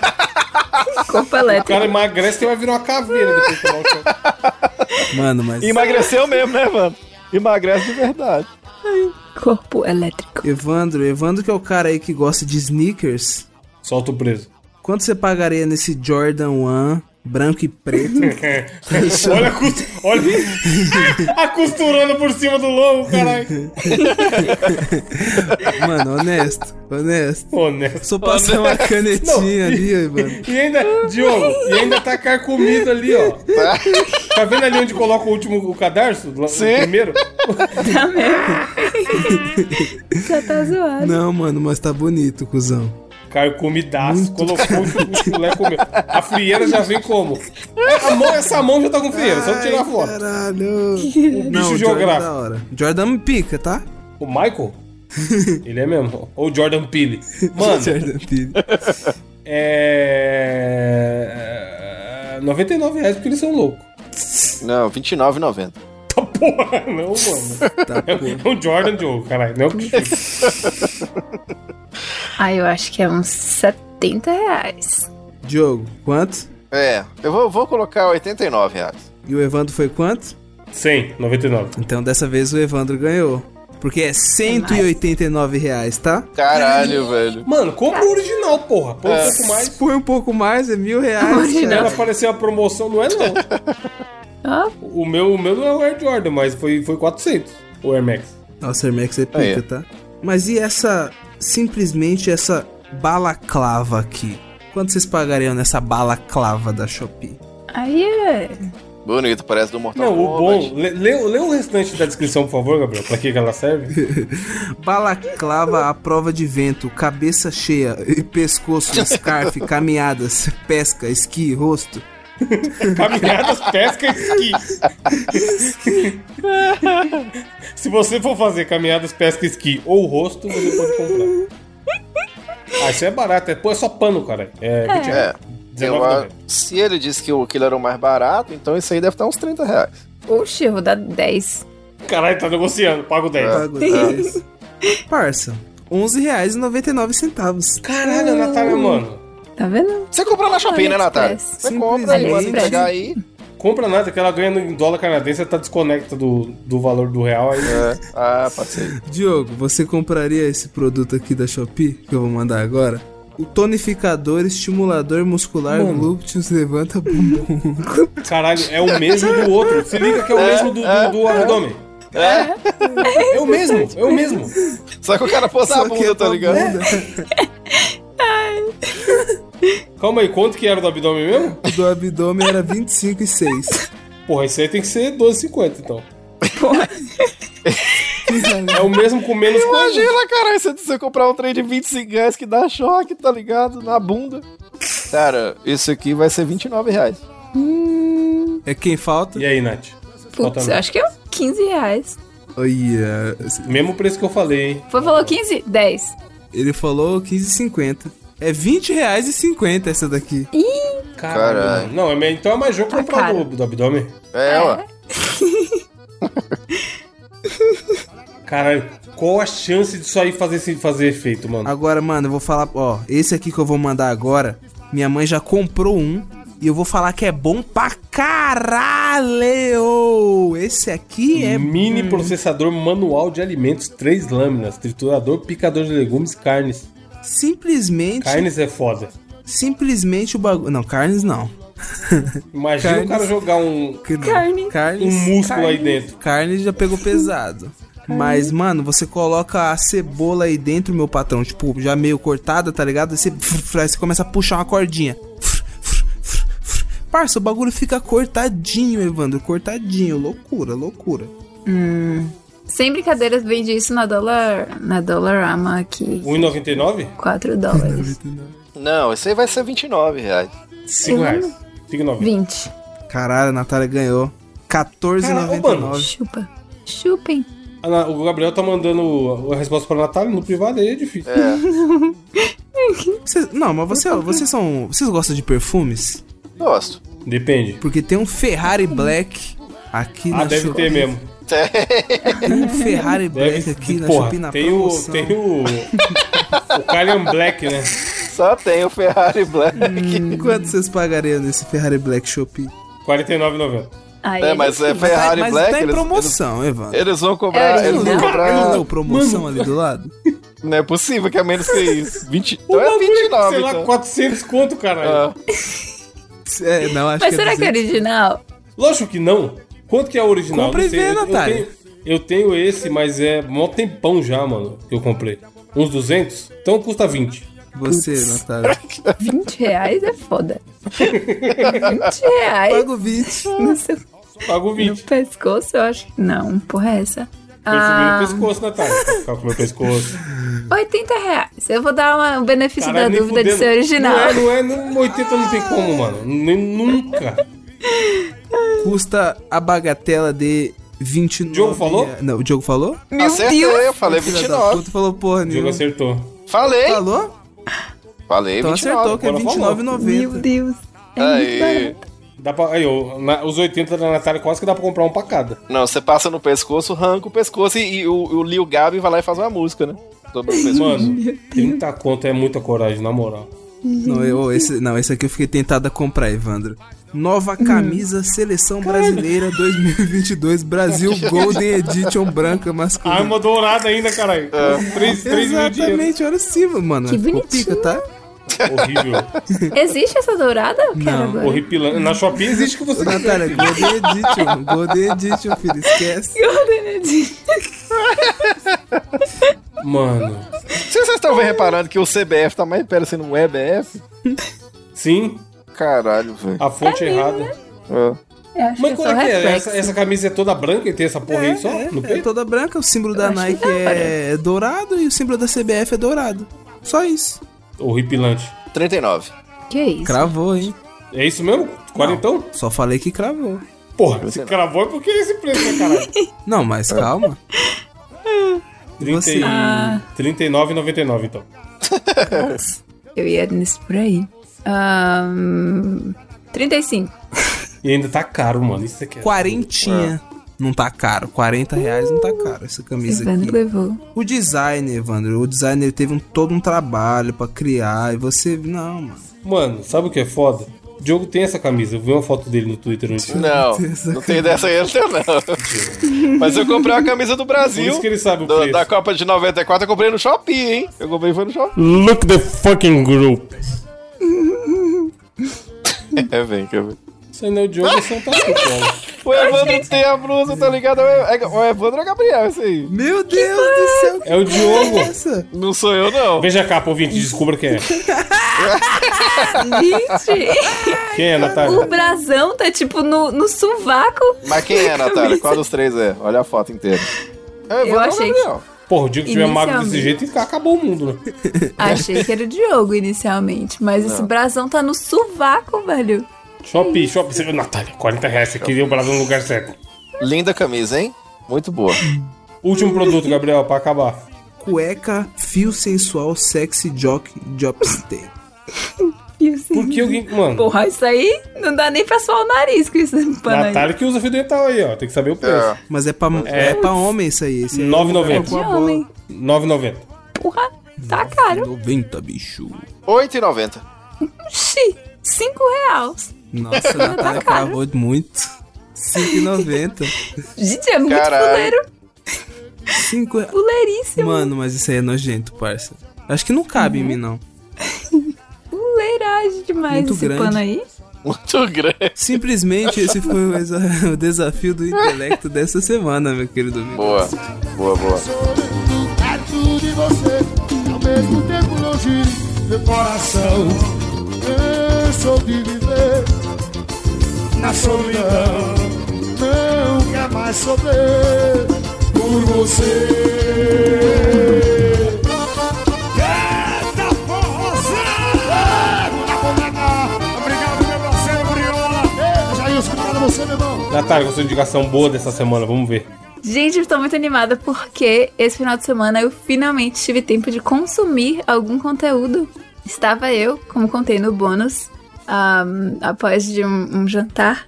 Speaker 3: Corpo
Speaker 1: é. O cara
Speaker 3: elétrico.
Speaker 1: emagrece e vai virar uma caveira depois que tomar o choque.
Speaker 4: Mano, mas.
Speaker 6: Emagreceu mesmo, né, mano? Emagrece de verdade.
Speaker 3: Corpo elétrico.
Speaker 4: Evandro, Evandro que é o cara aí que gosta de sneakers.
Speaker 1: Solta o preso.
Speaker 4: Quanto você pagaria nesse Jordan 1 branco e preto?
Speaker 1: Olha a, cos- olha a costurando por cima do lobo, caralho.
Speaker 4: Mano, honesto, honesto.
Speaker 1: Honesto.
Speaker 4: Só passar uma canetinha ali, ó, Evandro.
Speaker 1: E ainda, Diogo, e ainda tacar comida ali, ó. Tá vendo ali onde coloca o último o cadarço? Lá- O
Speaker 6: Sim.
Speaker 1: primeiro?
Speaker 3: Tá mesmo? Já tá zoado.
Speaker 4: Não, mano, mas tá bonito, cuzão.
Speaker 1: Caiu comidaço, colocou o chulé comeu. A frieira já vem como? A mão, essa mão já tá com frieira, só tirar fora.
Speaker 4: Caralho. Não, o Jordan é
Speaker 1: geográfico.
Speaker 4: da hora. Jordan me pica, tá?
Speaker 1: O Michael? Ele é mesmo. Ou o Jordan Peele. Mano,
Speaker 4: Jordan Peele.
Speaker 1: é. é, 99 reais porque eles são loucos.
Speaker 6: Não, 29,90.
Speaker 1: Tá porra, não, mano.
Speaker 4: Tá, pô.
Speaker 1: É um Jordan Joe, caralho. Não é o que
Speaker 3: Ah, eu acho que é uns 70 reais.
Speaker 4: Diogo, quanto?
Speaker 6: É, eu vou, vou colocar 89 reais.
Speaker 4: E o Evandro foi quanto?
Speaker 1: 100, 99.
Speaker 4: Então dessa vez o Evandro ganhou. Porque é 189 reais, tá?
Speaker 6: Caralho, velho.
Speaker 1: Mano, compra o original, porra. Põe um pouco mais.
Speaker 4: Põe um pouco mais, é mil reais.
Speaker 1: Se
Speaker 3: Original.
Speaker 1: ela aparecer uma promoção, não é não.
Speaker 3: Ó,
Speaker 1: O meu, o meu não é o Air Jordan, mas foi, foi 400, o Air Max.
Speaker 4: Nossa, Air Max é pica,
Speaker 6: Aí, ó.
Speaker 4: tá? Mas e essa, simplesmente essa balaclava aqui? Quanto vocês pagariam nessa balaclava da Shopee?
Speaker 3: aí é.
Speaker 6: Bonito, parece do
Speaker 2: Tá
Speaker 6: Mortal
Speaker 1: Não, o bom...
Speaker 6: Kombat.
Speaker 1: Lê, lê- lê o restante da descrição, por favor, Gabriel. Pra que que ela serve?
Speaker 4: Balaclava à prova de vento, cabeça cheia e pescoço, scarf, caminhadas, pesca, esqui, rosto.
Speaker 1: Caminhadas, pesca e esqui. Se você for fazer caminhadas, pesca, esqui ou rosto, você pode comprar. Ah, isso é barato. É, pô, é só pano, cara. É,
Speaker 6: É, eu, a-
Speaker 1: 19,90.
Speaker 6: se ele disse que o- aquilo era o mais barato, então isso aí deve estar uns 30 reais.
Speaker 3: Oxe, eu vou dar 10.
Speaker 1: Caralho, tá negociando. Pago 10.
Speaker 6: Ah.
Speaker 4: Pago 10. Parça, R$11,99.
Speaker 1: Caralho, Natália, mano.
Speaker 3: Tá vendo?
Speaker 6: Você comprou na Shopee, né, Natália?
Speaker 3: AliExpress.
Speaker 6: Você compra,
Speaker 4: Simplesmente.
Speaker 6: pode entregar aí.
Speaker 1: compra nada, que ela ganha em dólar canadense, ela tá desconecta do, do valor do real. Aí...
Speaker 6: É. Ah, pode ser.
Speaker 4: Diogo, você compraria esse produto aqui da Shopee, que eu vou mandar agora? O tonificador, estimulador muscular,
Speaker 1: Mano.
Speaker 4: glúteos, levanta bumbum.
Speaker 1: Caralho, é o mesmo do outro. Se liga que é o mesmo do, do, do abdômen. É. o mesmo, é o mesmo.
Speaker 6: Só que o cara pôs a
Speaker 4: Só que é
Speaker 6: bunda, tá
Speaker 4: pra
Speaker 6: ligado?
Speaker 4: bunda.
Speaker 1: Calma aí, quanto que era do abdômen mesmo?
Speaker 4: O do abdômen era 25 e 6.
Speaker 1: Porra, isso aí tem que ser 12,50 então.
Speaker 4: Caralho.
Speaker 1: É o mesmo com menos coisa.
Speaker 6: Imagina, cara, se você comprar um trem de 25 reais que dá choque, tá ligado? Na bunda. Cara, isso aqui vai ser 29 reais.
Speaker 4: É quem falta?
Speaker 1: E aí, Nath?
Speaker 3: Putz, eu acho que é 15 reais.
Speaker 4: Olha, assim,
Speaker 1: Mesmo preço que eu falei, hein?
Speaker 3: Foi, falou 15? 10.
Speaker 4: Ele falou 15,50. É 20 reais e 50 essa daqui.
Speaker 1: Caralho.
Speaker 6: Caralho.
Speaker 1: Não, é me- então é mais jogo
Speaker 3: Tá
Speaker 1: comprar
Speaker 3: caro.
Speaker 1: do, do abdômen.
Speaker 6: É, ó.
Speaker 1: Caralho, qual a chance disso aí fazer, se- fazer efeito, mano?
Speaker 4: Agora, mano, eu vou falar, ó, esse aqui que eu vou mandar agora, minha mãe já comprou um e eu vou falar que é bom pra caralho. Esse aqui é
Speaker 1: Mini processador manual de alimentos, três lâminas, triturador, picador de legumes, carnes.
Speaker 4: simplesmente
Speaker 1: Carnes é foda.
Speaker 4: simplesmente o bagulho, não, carnes não.
Speaker 1: Imagina
Speaker 4: Carnes.
Speaker 1: o cara jogar um,
Speaker 4: Que não.
Speaker 3: Carne.
Speaker 1: um
Speaker 4: Carnes.
Speaker 1: músculo aí dentro.
Speaker 4: Carne já pegou pesado.
Speaker 1: É.
Speaker 4: Mas, mano, você coloca a cebola aí dentro, meu patrão, tipo, já meio cortada, tá ligado? Aí Você, aí você começa a puxar uma cordinha. Parça, o bagulho fica cortadinho, Evandro, cortadinho. Loucura, loucura.
Speaker 3: Sem brincadeiras, vende isso na dólar. Na Dollarama aqui.
Speaker 1: 1,99?
Speaker 3: 4 dólares.
Speaker 6: Não, esse aí vai ser 29 reais.
Speaker 4: Uhum.
Speaker 1: 5 reais. 5,90.
Speaker 3: 20.
Speaker 4: Caralho, a Natália ganhou.
Speaker 1: Cara, ô, mano.
Speaker 4: 14,99.
Speaker 3: Chupa. Chupem.
Speaker 1: Ah, na- O Gabriel tá mandando a resposta pra Natália no privado, aí é difícil.
Speaker 4: Cês- Não, mas você, vocês são. Vocês gostam de perfumes?
Speaker 6: Gosto.
Speaker 1: Depende.
Speaker 4: Porque tem um Ferrari Black aqui
Speaker 1: Ah,
Speaker 4: na
Speaker 1: deve
Speaker 4: Shopee.
Speaker 1: ter mesmo.
Speaker 4: Tem um Ferrari Black
Speaker 1: Deve
Speaker 4: aqui na
Speaker 1: Porra,
Speaker 4: Shopee na
Speaker 1: tem
Speaker 4: promoção.
Speaker 1: o. Tem o. o Kalian Black, né?
Speaker 6: Só tem o Ferrari Black.
Speaker 4: E quanto vocês pagariam nesse Ferrari Black Shopee?
Speaker 1: 49,90.
Speaker 3: Aí
Speaker 6: É,
Speaker 3: ele-
Speaker 6: mas é
Speaker 4: Mas tá-
Speaker 6: Ferrari
Speaker 4: mas
Speaker 6: Black.
Speaker 4: tá em
Speaker 6: eles-
Speaker 4: promoção, Evandro.
Speaker 6: Eles, eles vão cobrar.
Speaker 3: É
Speaker 6: eles vão
Speaker 3: original.
Speaker 4: Não
Speaker 6: cobrar.
Speaker 4: deu promoção ali do lado?
Speaker 6: Não é possível que é menos que isso. 20,
Speaker 1: O
Speaker 6: então é
Speaker 1: bagulho,
Speaker 6: 29.
Speaker 1: Sei lá,
Speaker 6: então.
Speaker 1: 400 conto, caralho.
Speaker 6: Ah,
Speaker 4: É, não, acho
Speaker 3: Mas
Speaker 4: que é
Speaker 3: será que é
Speaker 4: 200.
Speaker 3: original?
Speaker 1: Lógico que não. Quanto que é o original?
Speaker 4: Compra
Speaker 1: Não
Speaker 4: e vê,
Speaker 1: eu- eu
Speaker 4: Natália.
Speaker 1: tenho- Eu tenho esse, mas é mó tempão já, mano, que eu comprei. Uns 200? Então custa 20.
Speaker 3: é
Speaker 4: Você, Natália.
Speaker 3: 20 reais é foda. 20 reais
Speaker 4: Pago 20.
Speaker 3: no, seu,
Speaker 1: Pago 20.
Speaker 3: no pescoço, eu acho que. Não, porra, é essa.
Speaker 1: Foi
Speaker 3: Ah,
Speaker 1: subir no pescoço, Natália. Pra Ficar com o meu pescoço.
Speaker 3: 80 reais. Eu vou dar uma- o benefício
Speaker 1: Caralho,
Speaker 3: da
Speaker 1: nem
Speaker 3: dúvida de
Speaker 1: fudendo.
Speaker 3: ser original.
Speaker 1: Não é, não é. Não, 80 não tem como, mano. Nem, nunca.
Speaker 4: Custa a bagatela de 29.
Speaker 1: Diogo falou?
Speaker 4: Não, o Diogo falou?
Speaker 6: acertei, eu falei
Speaker 4: Filha da
Speaker 6: 29.
Speaker 4: puta, falou porra
Speaker 1: O jogo
Speaker 4: nenhuma.
Speaker 1: acertou.
Speaker 6: Falei,
Speaker 4: Falou?
Speaker 6: falei
Speaker 4: Então
Speaker 6: 29.
Speaker 4: acertou que é
Speaker 1: agora falou.
Speaker 3: Meu
Speaker 4: 29,90.
Speaker 3: Deus. É muito
Speaker 6: Aí.
Speaker 3: barato.
Speaker 1: Dá pra, aí, ó, na- os 80 da Natália quase que dá pra comprar um pra cada.
Speaker 6: Não, você passa no pescoço, arranca o pescoço e, e o, o Lil Gabi vai lá e faz uma música, né? Sobre o pescoço.
Speaker 1: Mano, 30 conto é muita coragem, na moral.
Speaker 4: Não, eu- esse, não, esse aqui eu fiquei tentado a comprar, Evandro. Nova
Speaker 3: Hum.
Speaker 4: camisa Seleção Brasileira 2022 Brasil Golden Edition branca masculina.
Speaker 1: Arma dourada ainda, caralho. 3 mil dinheiro.
Speaker 4: Exatamente, olha o símbolo, mano.
Speaker 3: Que
Speaker 4: Ficou
Speaker 3: bonitinho.
Speaker 4: Pica, tá?
Speaker 1: Horrível.
Speaker 3: Existe essa dourada? Eu quero
Speaker 4: Não.
Speaker 3: agora.
Speaker 1: Horripilante. Na Shopee existe que
Speaker 4: Ô,
Speaker 1: você
Speaker 4: Natália, é Golden Edition. Golden Edition, é filho, esquece.
Speaker 1: Mano.
Speaker 6: Se vocês estão reparando que o CBF tá mais parecendo um EBF,
Speaker 1: Sim,
Speaker 6: caralho, velho.
Speaker 1: a fonte errada.
Speaker 6: É.
Speaker 3: Eu acho
Speaker 1: Mas
Speaker 3: que é
Speaker 1: como
Speaker 3: só
Speaker 1: é que é?
Speaker 3: reflexo.
Speaker 1: Essa, essa camisa é toda branca e tem essa porra aí só no
Speaker 4: É, é
Speaker 1: peito?
Speaker 4: toda branca, o símbolo da
Speaker 3: achei
Speaker 4: Nike
Speaker 3: da hora.
Speaker 4: é dourado e o símbolo da CBF é dourado. Só isso.
Speaker 1: Horripilante.
Speaker 6: 39.
Speaker 3: Que isso?
Speaker 4: Cravou, hein?
Speaker 1: É isso mesmo? Quarentão?
Speaker 4: Só falei que cravou.
Speaker 1: Porra, se cravou é porque é esse preço, né, caralho?
Speaker 4: Não, mas calma.
Speaker 1: 30
Speaker 4: Você-
Speaker 1: e... 39,99 então.
Speaker 3: Eu ia nisso por aí. Ahn, 35.
Speaker 1: E ainda tá caro, mano. Isso aqui é...
Speaker 4: Quarentinha. Não tá caro. 40 reais não tá caro essa camisa
Speaker 3: Ivana
Speaker 4: aqui.
Speaker 3: levou.
Speaker 4: O design, Evandro. O design ele teve um, todo um trabalho pra criar. E você. Não, mano.
Speaker 1: Mano, sabe o que é foda? Diogo tem essa camisa. Eu vi uma foto dele no Twitter antes. Por
Speaker 2: Não, não tem dessa aí, não tem não. Mas eu comprei uma camisa do Brasil.
Speaker 1: isso que ele sabe o
Speaker 2: do-
Speaker 1: preço.
Speaker 2: da Copa de 94, eu comprei no Shopee, hein? Eu comprei foi no Shopee.
Speaker 1: Look the fucking group.
Speaker 2: É, vem, que eu vi.
Speaker 1: Isso aí não é o Diogo, isso é um taco, cara.
Speaker 2: O Evandro tem a blusa, tá ligado? É, é- o Evandro é Gabriel, isso aí.
Speaker 4: Meu Deus do céu, que
Speaker 1: É o Diogo.
Speaker 4: essa?
Speaker 2: Não sou eu, não.
Speaker 1: Veja a capa, ouvinte, descubra quem é.
Speaker 3: Gente,
Speaker 1: Quem é,
Speaker 3: o
Speaker 1: Natália?
Speaker 3: brasão tá tipo no, no sovaco.
Speaker 2: Mas quem é, Natália? Qual dos três é? Olha a foto inteira. É o Evandro ou o
Speaker 3: achei que-
Speaker 2: Gabriel.
Speaker 1: Porra, o Diogo tiver magro desse
Speaker 3: Inicialmente.
Speaker 1: jeito e acabou o mundo, né?
Speaker 3: Achei que era o Diogo inicialmente, mas esse brasão tá no sovaco, velho.
Speaker 1: Shopee, Shopee. Você viu, Natália, 40 reais. Você queria o Brasil no lugar certo.
Speaker 2: Linda camisa, hein? Muito boa.
Speaker 1: Último produto, Gabriel, pra acabar.
Speaker 4: Cueca, fio sensual, sexy, jock, jopstick.
Speaker 1: Por que alguém... Mano,
Speaker 3: Porra, isso aí não dá nem pra suar o nariz com esse pano aí.
Speaker 1: Natália que usa fio dental aí, ó. Tem que saber o preço.
Speaker 4: Mas é pra, é. pra homem isso aí. Esse aí é
Speaker 3: De
Speaker 1: 9,90.
Speaker 3: homem.
Speaker 2: É.
Speaker 1: 9,90.
Speaker 3: Porra, tá caro.
Speaker 4: 90, bicho.
Speaker 2: 8,90.
Speaker 3: Oxi, cinco reais.
Speaker 4: Nossa, a Natália
Speaker 3: Tá caro.
Speaker 4: cravou muito. 5,90.
Speaker 3: Gente, é muito
Speaker 2: Caralho.
Speaker 3: fuleiro.
Speaker 4: 5
Speaker 3: Fuleiríssimo.
Speaker 4: Mano, mas isso aí é nojento, parça. Acho que não cabe
Speaker 3: Uhum.
Speaker 4: em mim, não.
Speaker 3: Fuleiragem demais
Speaker 4: Muito
Speaker 3: esse
Speaker 4: grande.
Speaker 3: pano aí.
Speaker 2: Muito grande.
Speaker 4: Simplesmente esse foi o, exa- o desafio do intelecto dessa semana, meu querido amigo.
Speaker 2: Boa. Boa, boa.
Speaker 7: É tudo e você, ao mesmo tempo longe meu coração. Cansou de viver na solidão. Não quer mais sofrer por você. Eita forrozão! Na boneca! Obrigado, meu parceiro Briola! Ei, Jailson, obrigado a você, meu irmão!
Speaker 1: Natália, com sua indicação boa dessa semana, vamos ver.
Speaker 3: Gente, eu tô muito animada porque esse final de semana eu finalmente tive tempo de consumir algum conteúdo. Estava eu, como contei no bônus, ahm, após de um, um jantar,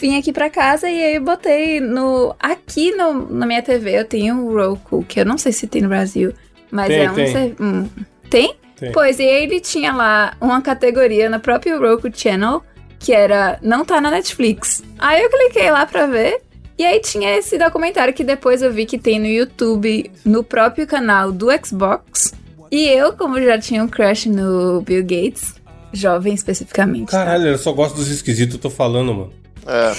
Speaker 3: vim aqui pra casa e aí botei no aqui no- na minha TV eu tenho o Roku, que eu não sei se tem no Brasil, mas
Speaker 1: Tem,
Speaker 3: é um,
Speaker 1: tem.
Speaker 3: ser- um- tem?
Speaker 1: Tem.
Speaker 3: Pois e aí ele tinha lá uma categoria no próprio Roku Channel que era não tá na Netflix. Aí eu cliquei lá pra ver e aí tinha esse documentário que depois eu vi que tem no YouTube, no próprio canal do Xbox. E eu, como já tinha um crush no Bill Gates, jovem especificamente. tá?
Speaker 1: Caralho, eu só gosto dos esquisitos, eu tô falando, mano.
Speaker 2: É,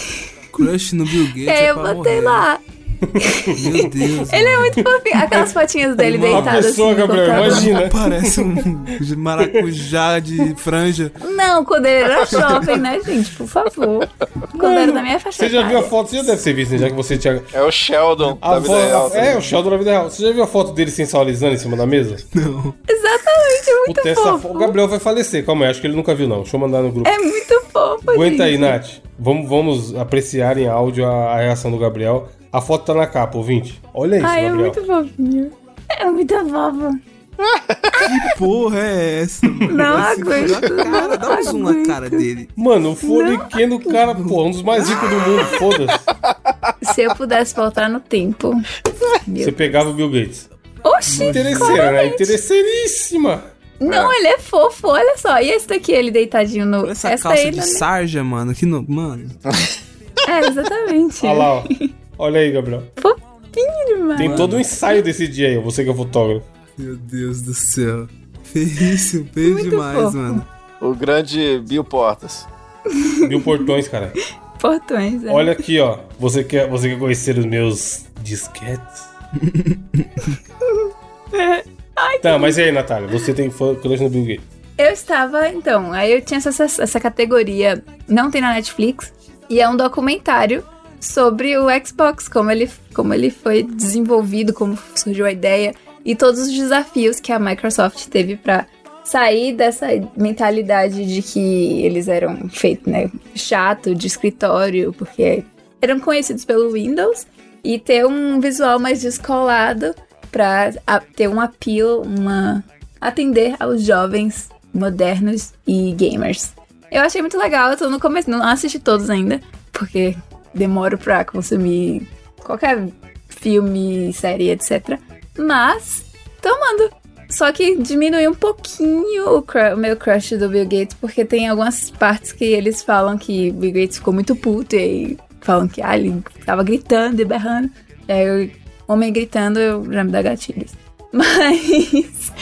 Speaker 4: Crush no Bill Gates.
Speaker 3: E aí
Speaker 4: É,
Speaker 3: eu
Speaker 4: pra
Speaker 3: botei
Speaker 4: morrer.
Speaker 3: lá.
Speaker 4: Meu Deus.
Speaker 3: Ele é muito fofinho. Aquelas fotinhas dele
Speaker 4: Uma
Speaker 1: Uma
Speaker 3: deitado
Speaker 1: pessoa,
Speaker 3: assim. no
Speaker 1: Gabriel,
Speaker 3: computador.
Speaker 1: imagina.
Speaker 4: Parece um maracujá de franja.
Speaker 3: Não, quando ele era jovem, né, gente? Por favor. Quando era da minha faixa
Speaker 1: Você já
Speaker 3: etária.
Speaker 1: viu a foto? Você já deve ter visto, né? Já que você tinha.
Speaker 2: É o Sheldon
Speaker 1: A
Speaker 2: da vida
Speaker 1: foto-
Speaker 2: real. tá
Speaker 1: é, o Sheldon da vida real. Você já viu a foto dele sensualizando em cima da mesa?
Speaker 3: Exatamente, é
Speaker 1: Puta,
Speaker 3: muito
Speaker 1: essa fo- O
Speaker 3: fofo.
Speaker 1: Gabriel vai falecer, calma aí, acho que ele nunca viu, não. Deixa eu mandar no grupo.
Speaker 3: É muito fofo,
Speaker 1: Aguenta aí, né,
Speaker 3: gente.
Speaker 1: Nath. Vamos, vamos apreciar em áudio a, a reação do Gabriel. A foto tá na capa, ouvinte. Olha isso,
Speaker 3: Ai, é
Speaker 1: Gabriel.
Speaker 3: muito fofinho. É muito fofo.
Speaker 4: Porra, é essa? mano?
Speaker 3: Não
Speaker 4: Vai se
Speaker 3: aguento,
Speaker 4: furar. Cara, dá um zoom na cara dele.
Speaker 1: Mano, o Foliquen do cara, pô, um dos mais ricos do mundo, foda-se.
Speaker 3: Se eu pudesse voltar no tempo.
Speaker 1: Você pegava o Bill Gates.
Speaker 3: Oxi!
Speaker 1: Interesseira, né? Interesseiríssima.
Speaker 3: Não, ele é fofo, olha só. E esse daqui, ele deitadinho no.
Speaker 4: Olha
Speaker 3: Essa,
Speaker 4: essa é calça
Speaker 3: ele.
Speaker 4: de sarja, mano. Que no... Mano.
Speaker 3: É, exatamente.
Speaker 1: Olha lá, ó. Olha aí, Gabriel.
Speaker 3: Fofinho demais.
Speaker 1: Tem todo um ensaio desse dia aí, você que é fotógrafo.
Speaker 4: Meu Deus do céu. Feíssimo, feio
Speaker 3: Muito
Speaker 4: demais,
Speaker 3: fofo.
Speaker 4: mano.
Speaker 2: O grande Bill Portas.
Speaker 1: Mil portões, cara.
Speaker 3: Portões, é.
Speaker 1: Olha aqui, ó. Você quer, você quer conhecer os meus disquetes? Tá, mas e aí, Natália? Você tem fã crush no Bill Gates?
Speaker 3: Eu estava, então, aí eu tinha essa, essa categoria, não tem na Netflix, e é um documentário sobre o Xbox, como ele, como ele foi desenvolvido, como surgiu a ideia e todos os desafios que a Microsoft teve para sair dessa mentalidade de que eles eram feito, né, chato de escritório, porque eram conhecidos pelo Windows e ter um visual mais descolado para ter um apelo, uma atender aos jovens modernos e gamers. Eu achei muito legal, eu tô no começo, não assisti todos ainda, porque demoro pra consumir qualquer filme, série, etc. Mas, tô amando. Só que diminui um pouquinho o, cru- o meu crush do Bill Gates, porque tem algumas partes que eles falam que Bill Gates ficou muito puto e aí falam que ah, ele tava gritando e berrando. E aí o homem gritando eu já me dá gatilhos. Mas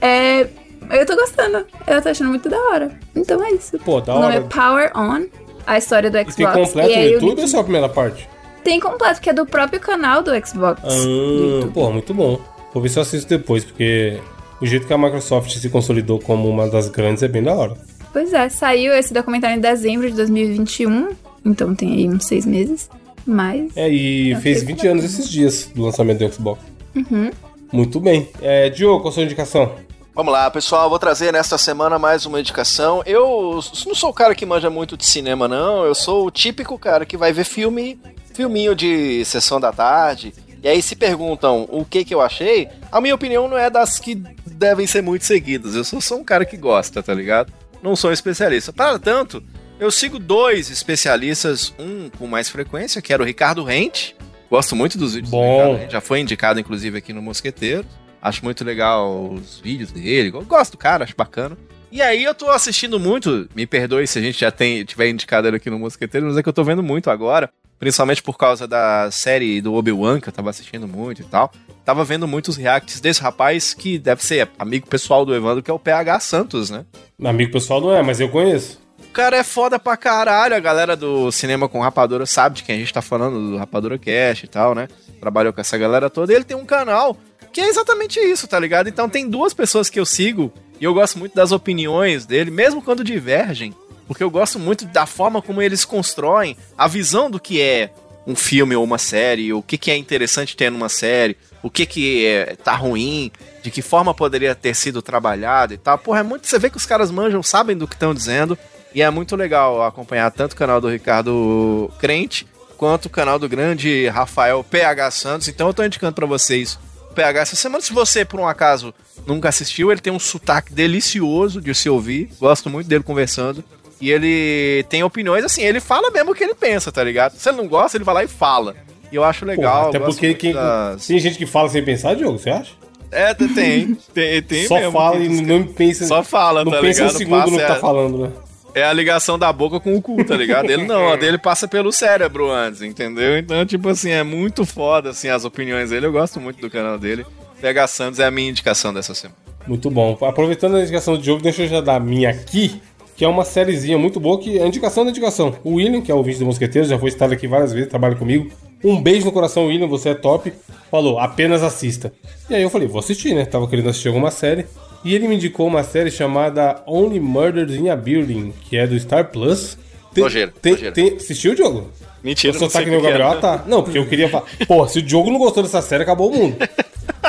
Speaker 3: é, eu tô gostando, eu tô achando muito da hora. Então é isso.
Speaker 1: Pô, da
Speaker 3: o nome
Speaker 1: hora.
Speaker 3: é Power On, a história do Xbox.
Speaker 1: E tem completo
Speaker 3: e
Speaker 1: no
Speaker 3: aí o
Speaker 1: YouTube ou
Speaker 3: Gates-
Speaker 1: é só a primeira parte?
Speaker 3: Tem completo, que é do próprio canal do Xbox. do
Speaker 1: Ah,
Speaker 3: YouTube.
Speaker 1: porra, muito bom. Vou ver se eu assisto depois, porque o jeito que a Microsoft se consolidou como uma das grandes é bem da hora.
Speaker 3: Pois é, saiu esse documentário em dezembro de 2021, então tem aí uns seis meses, mas
Speaker 1: É, e
Speaker 3: Eu
Speaker 1: fez
Speaker 3: fiquei
Speaker 1: 20 anos esses dias do lançamento do Xbox.
Speaker 3: Uhum.
Speaker 1: Muito bem. É, Diogo, qual a sua indicação?
Speaker 2: Vamos lá, pessoal, vou trazer nesta semana mais uma indicação. Eu s- não sou o cara que manja muito de cinema, não. Eu sou o típico cara que vai ver filme, filminho de sessão da tarde. E aí se perguntam o que que eu achei, a minha opinião não é das que devem ser muito seguidas. Eu sou só um cara que gosta, tá ligado? Não sou um especialista. Para tanto, eu sigo dois especialistas, um com mais frequência, que era o Ricardo Rente. Gosto muito dos vídeos do
Speaker 1: Bom.
Speaker 2: Ricardo Rente. Já foi indicado, inclusive, aqui no Mosqueteiro. Acho muito legal os vídeos dele. Eu gosto do cara, acho bacana. E aí eu tô assistindo muito, me perdoe se a gente já tem, tiver indicado ele aqui no Mosqueteiro, mas é que eu tô vendo muito agora, principalmente por causa da série do Obi-Wan, que eu tava assistindo muito e tal. Tava vendo muitos reacts desse rapaz que deve ser amigo pessoal do Evandro, que é o PH Santos, né?
Speaker 1: Amigo pessoal não é, mas eu conheço.
Speaker 2: O cara é foda pra caralho. A galera do cinema com rapadura sabe de quem a gente tá falando, do Rapadura Cash e tal, né? Trabalhou com essa galera toda. E ele tem um canal que é exatamente isso, tá ligado? Então tem duas pessoas que eu sigo e eu gosto muito das opiniões dele, mesmo quando divergem, porque eu gosto muito da forma como eles constroem a visão do que é um filme ou uma série, o que, que é interessante ter numa série, o que, que é, tá ruim, de que forma poderia ter sido trabalhado e tal. Porra, é muito. Você vê que os caras manjam, sabem do que estão dizendo. E é muito legal acompanhar tanto o canal do Ricardo Crente quanto o canal do grande Rafael PH Santos. Então eu tô indicando pra vocês o PH essa semana. Se você, por um acaso, nunca assistiu, ele tem um sotaque delicioso de se ouvir. Gosto muito dele conversando. E ele tem opiniões assim, ele fala mesmo o que ele pensa, tá ligado? Se ele não gosta, ele vai lá e fala. E eu acho
Speaker 1: Pô,
Speaker 2: legal.
Speaker 1: até
Speaker 2: gosto
Speaker 1: porque
Speaker 2: muito
Speaker 1: quem,
Speaker 2: das-
Speaker 1: tem gente que fala sem pensar, Diogo, você acha?
Speaker 2: É, tem. Tem, tem
Speaker 1: Só
Speaker 2: mesmo.
Speaker 1: fala e não pensa.
Speaker 2: Só fala,
Speaker 1: não
Speaker 2: tá
Speaker 1: pensa
Speaker 2: ligado?
Speaker 1: um segundo no que
Speaker 2: Passa-
Speaker 1: tá falando, né?
Speaker 2: É a ligação da boca com o cu, tá ligado? Ele não, a dele passa pelo cérebro antes, entendeu? Então, tipo assim, é muito foda, assim, as opiniões dele. Eu gosto muito do canal dele. PH Santos é a minha indicação dessa semana.
Speaker 1: Muito bom. Aproveitando a indicação do Diogo, deixa eu já dar a minha aqui, que é uma sériezinha muito boa, que é a indicação da indicação. O William, que é o ouvinte do Mosqueteiro, já foi citado aqui várias vezes, trabalha comigo. Um beijo no coração, William, você é top. Falou, apenas assista. E aí eu falei, vou assistir, né? Tava querendo assistir alguma série. E ele me indicou uma série chamada Only Murders in a Building, que é do Star Plus. Tem,
Speaker 2: Nojeira,
Speaker 1: tem,
Speaker 2: nojeira.
Speaker 1: tem- Assistiu, Diogo?
Speaker 2: Mentira,
Speaker 1: O sotaque do
Speaker 2: é,
Speaker 1: Gabriel,
Speaker 2: né?
Speaker 1: ah, tá. Não, porque eu queria falar. Pô, se o Diogo não gostou dessa série, acabou o mundo.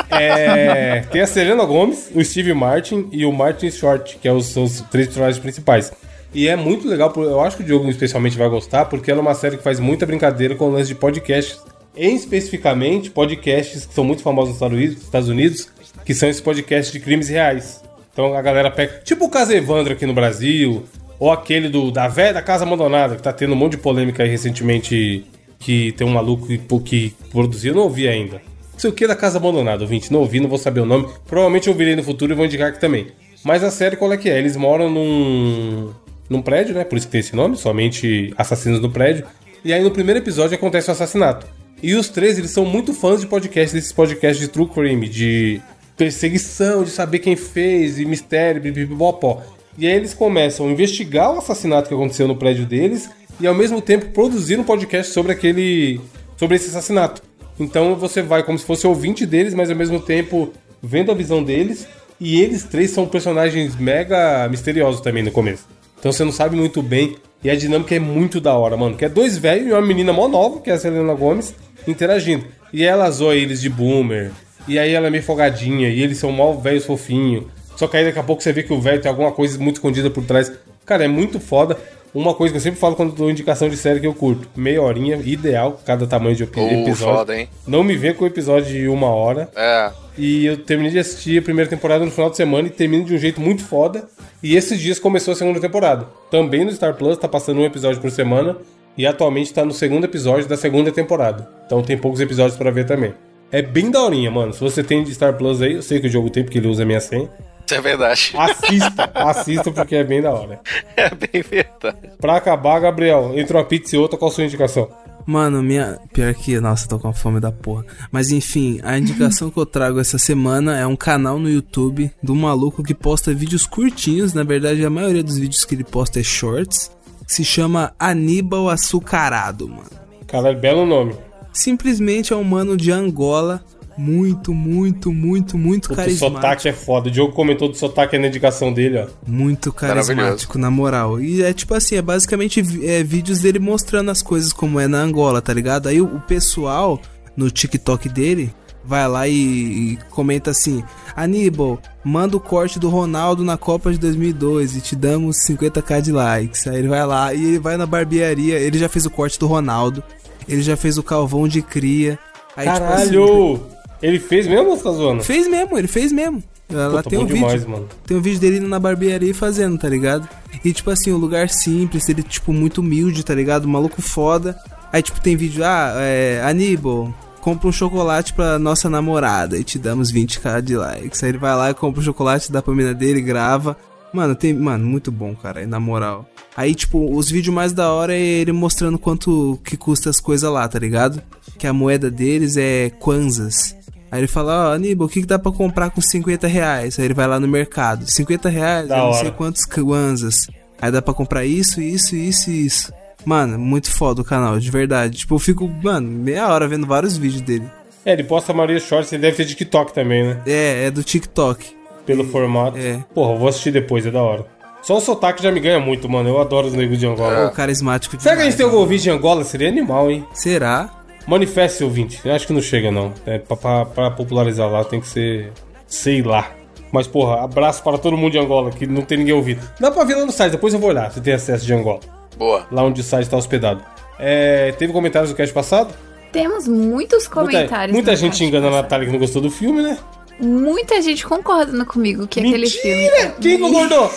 Speaker 1: É, tem a Serena Gomes, o Steve Martin e o Martin Short, que é os, são os três personagens principais. E é muito legal, por- eu acho que o Diogo especialmente vai gostar, porque ela é uma série que faz muita brincadeira com o lance de podcasts. Em especificamente, podcasts que são muito famosos nos Estados Unidos- Estados Unidos, que são esses podcasts de crimes reais. Então a galera pega, tipo o caso Evandro aqui no Brasil, ou aquele do da véia da Casa Abandonada, que tá tendo um monte de polêmica aí recentemente, que tem um maluco que, que produziu, eu não ouvi ainda. Não sei o que da Casa Abandonada, ouvinte. Não ouvi, não vou saber o nome. Provavelmente eu virei no futuro e vou indicar aqui também. Mas a série qual é que é? Eles moram num. num prédio, né? Por isso que tem esse nome, somente assassinos no prédio. E aí no primeiro episódio acontece o assassinato. E os três, eles são muito fãs de podcast, desses podcasts de true crime, de perseguição, de saber quem fez, e mistério, bibibopó. E aí eles começam a investigar o assassinato que aconteceu no prédio deles e ao mesmo tempo produzir um podcast sobre aquele. sobre esse assassinato. Então você vai como se fosse ouvinte deles, mas ao mesmo tempo vendo a visão deles. E eles três são personagens mega misteriosos também no começo. Então você não sabe muito bem. E a dinâmica é muito da hora, mano. Que é dois velhos e uma menina mó nova, que é a Selena Gomes, interagindo. E ela zoa eles de boomer. E aí ela é meio folgadinha. E eles são mó velhos fofinho. Só que aí daqui a pouco você vê que o velho tem alguma coisa muito escondida por trás. Cara, é muito foda. Uma coisa que eu sempre falo quando dou indicação de série que eu curto. Meia horinha, ideal, cada tamanho de opi-
Speaker 2: Oh,
Speaker 1: episódio.
Speaker 2: foda, hein?
Speaker 1: Não me vê com o episódio de uma hora.
Speaker 2: É.
Speaker 1: E eu terminei de assistir a primeira temporada no final de semana e termino de um jeito muito foda. E esses dias começou a segunda temporada. Também no Star Plus, tá passando um episódio por semana. E atualmente tá no segundo episódio da segunda temporada. Então tem poucos episódios pra ver também. É bem daorinha, mano. Se você tem de Star Plus aí, eu sei que o jogo tem, porque ele usa a minha senha.
Speaker 6: Isso é verdade.
Speaker 1: Assista, assista, porque é bem da hora.
Speaker 6: É bem verdade.
Speaker 1: Pra acabar, Gabriel, entre uma pizza e outra, qual a sua indicação?
Speaker 4: Mano, minha. Pior que. Nossa, tô com a fome da porra. Mas enfim, a indicação que eu trago essa semana é um canal no YouTube do maluco que posta vídeos curtinhos. Na verdade, a maioria dos vídeos que ele posta é shorts. que Se chama Aníbal Açucarado, mano.
Speaker 1: Caralho, belo nome.
Speaker 4: Simplesmente é um mano de Angola. Muito, muito, muito, muito
Speaker 1: Puta, o
Speaker 4: carismático. tipo
Speaker 1: sotaque é foda. O Diogo comentou do sotaque na indicação dele, ó.
Speaker 4: Muito carismático, na moral. E é tipo assim, é basicamente vi- é, vídeos dele mostrando as coisas como é na Angola, tá ligado? Aí o, o pessoal no TikTok dele vai lá e, e comenta assim: Aníbal, manda o corte do Ronaldo na Copa de 2002 e te damos 50k de likes. Aí ele vai lá e ele vai na barbearia, ele já fez o corte do Ronaldo, ele já fez o calvão de cria. Aí, tipo assim,
Speaker 1: Caralho! Ele fez mesmo ou você tá zoando?
Speaker 4: fez mesmo, ele fez mesmo. Lá
Speaker 1: Puta,
Speaker 4: tem um
Speaker 1: bom
Speaker 4: vídeo.
Speaker 1: demais, mano.
Speaker 4: Tem um vídeo dele indo na barbearia e fazendo, tá ligado? E tipo assim, um lugar simples, ele tipo muito humilde, tá ligado? Maluco foda. Aí tipo tem vídeo, ah, é, Aníbal, compra um chocolate pra nossa namorada e te damos 20k de likes. Aí ele vai lá e compra o chocolate, dá pra mina dele, grava. Mano, tem, mano, muito bom, cara, na moral. Aí tipo, os vídeos mais da hora é ele mostrando quanto que custa as coisas lá, tá ligado? Que a moeda deles é kwanzas. Aí ele fala, ó, Aníbal, o que, que dá pra comprar com 50 reais? Aí ele vai lá no mercado. 50 reais,
Speaker 1: Da
Speaker 4: eu não
Speaker 1: hora.
Speaker 4: sei quantos kwanzas. Aí dá pra comprar isso, isso, isso e isso. Mano, muito foda o canal, de verdade. Tipo, eu fico, mano, meia hora vendo vários vídeos dele.
Speaker 1: É, ele posta a maioria shorts, ele deve ter TikTok também, né?
Speaker 4: É, é do TikTok.
Speaker 1: Pelo formato.
Speaker 4: é.
Speaker 1: Porra, eu vou assistir depois, é da hora. Só o sotaque já me ganha muito, mano. Eu adoro os negros de Angola.
Speaker 4: O é carismático de.
Speaker 1: Será que a gente tem algum ouvinte de Angola? Seria animal, hein?
Speaker 4: né? Será?
Speaker 1: Manifeste ouvinte. Eu acho que não chega, não. É, pra, pra- pra popularizar lá tem que ser. Sei lá. Mas, porra, abraço para todo mundo de Angola, que não tem ninguém ouvindo. Dá pra ver lá no site, depois eu vou olhar se tem acesso de Angola.
Speaker 6: Boa.
Speaker 1: Lá onde o site tá hospedado. É, teve comentários do cast passado?
Speaker 3: Temos muitos
Speaker 1: Muita,
Speaker 3: comentários.
Speaker 1: muita
Speaker 3: no
Speaker 1: gente
Speaker 3: chat.
Speaker 1: engana a Natália que não gostou do filme, né?
Speaker 3: Muita gente concordando comigo que é aquele filme. né?
Speaker 1: Mentira! Quem concordou?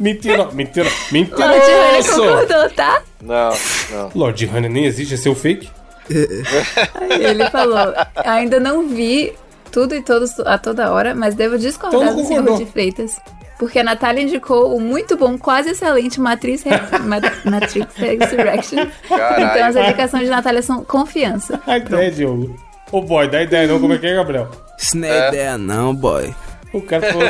Speaker 1: Mentira, mentira, mentira!
Speaker 3: Lord Hanna concordou, tá?
Speaker 6: Não, não.
Speaker 1: Lord Honey nem existe, é seu fake.
Speaker 3: Aí Ele falou: ainda não vi tudo e todos a toda hora, mas devo discordar
Speaker 1: Então não
Speaker 3: do senhor
Speaker 1: concordou.
Speaker 3: de Freitas. Porque a Natália indicou o muito bom, quase excelente Matrix, Re Ma- Matrix Resurrection.
Speaker 6: Caralho.
Speaker 3: Então as indicações de Natália são confiança.
Speaker 1: A ideia, Diogo. Ô boy, dá ideia não, como é que é, Gabriel?
Speaker 4: Isso não é, ideia, não, boy.
Speaker 1: O cara falou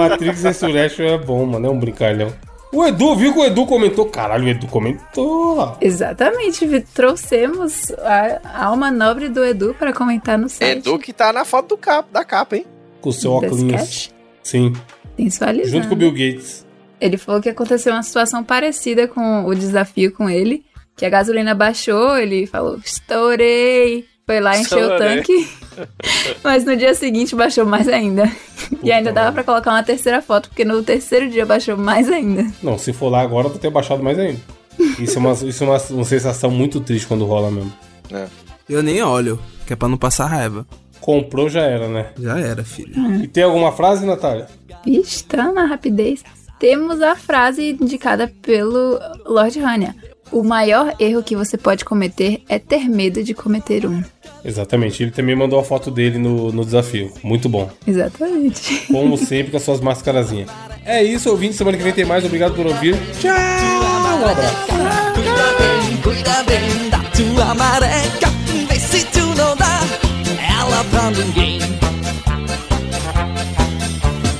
Speaker 1: Matrix Resurrection é bom, mano, é um brincalhão. O Edu, viu que o Edu comentou? Caralho, o Edu comentou.
Speaker 3: Exatamente, Vi- trouxemos a a alma nobre do Edu para comentar no site.
Speaker 6: Edu que tá na foto do cap, da capa, hein?
Speaker 1: Com o seu
Speaker 3: Desse
Speaker 1: óculos.
Speaker 3: cast,
Speaker 1: Sim,
Speaker 3: Sensualizando.
Speaker 1: junto com o Bill Gates.
Speaker 3: Ele falou que aconteceu uma situação parecida com o desafio com ele, que a gasolina baixou, ele falou, estourei, foi lá, encheu o
Speaker 6: Estourei.
Speaker 3: tanque, mas no dia seguinte baixou mais ainda. e ainda dava pra colocar uma terceira foto, porque no terceiro dia baixou mais ainda.
Speaker 1: Não, se for lá agora, eu vou ter baixado mais ainda. Isso é uma, isso é uma, uma sensação muito triste quando rola mesmo.
Speaker 4: Eu nem olho, que é pra não passar raiva.
Speaker 1: Comprou, já era, né?
Speaker 4: Já era, filho.
Speaker 1: E tem alguma frase, Natália?
Speaker 3: Vixe, tá na rapidez. Temos a frase indicada pelo Lord Hania. O maior erro que você pode cometer é ter medo de cometer um.
Speaker 1: Exatamente, ele também mandou a foto dele no, no desafio. Muito bom.
Speaker 3: Exatamente.
Speaker 1: Como sempre, com as suas mascarazinhas. É isso, ouvinte. Semana que vem tem mais. Obrigado por ouvir. Tchau! Um abraço.
Speaker 8: Cuida bem, cuida bem da tua mareca. Vê se tu não dá ela pra ninguém.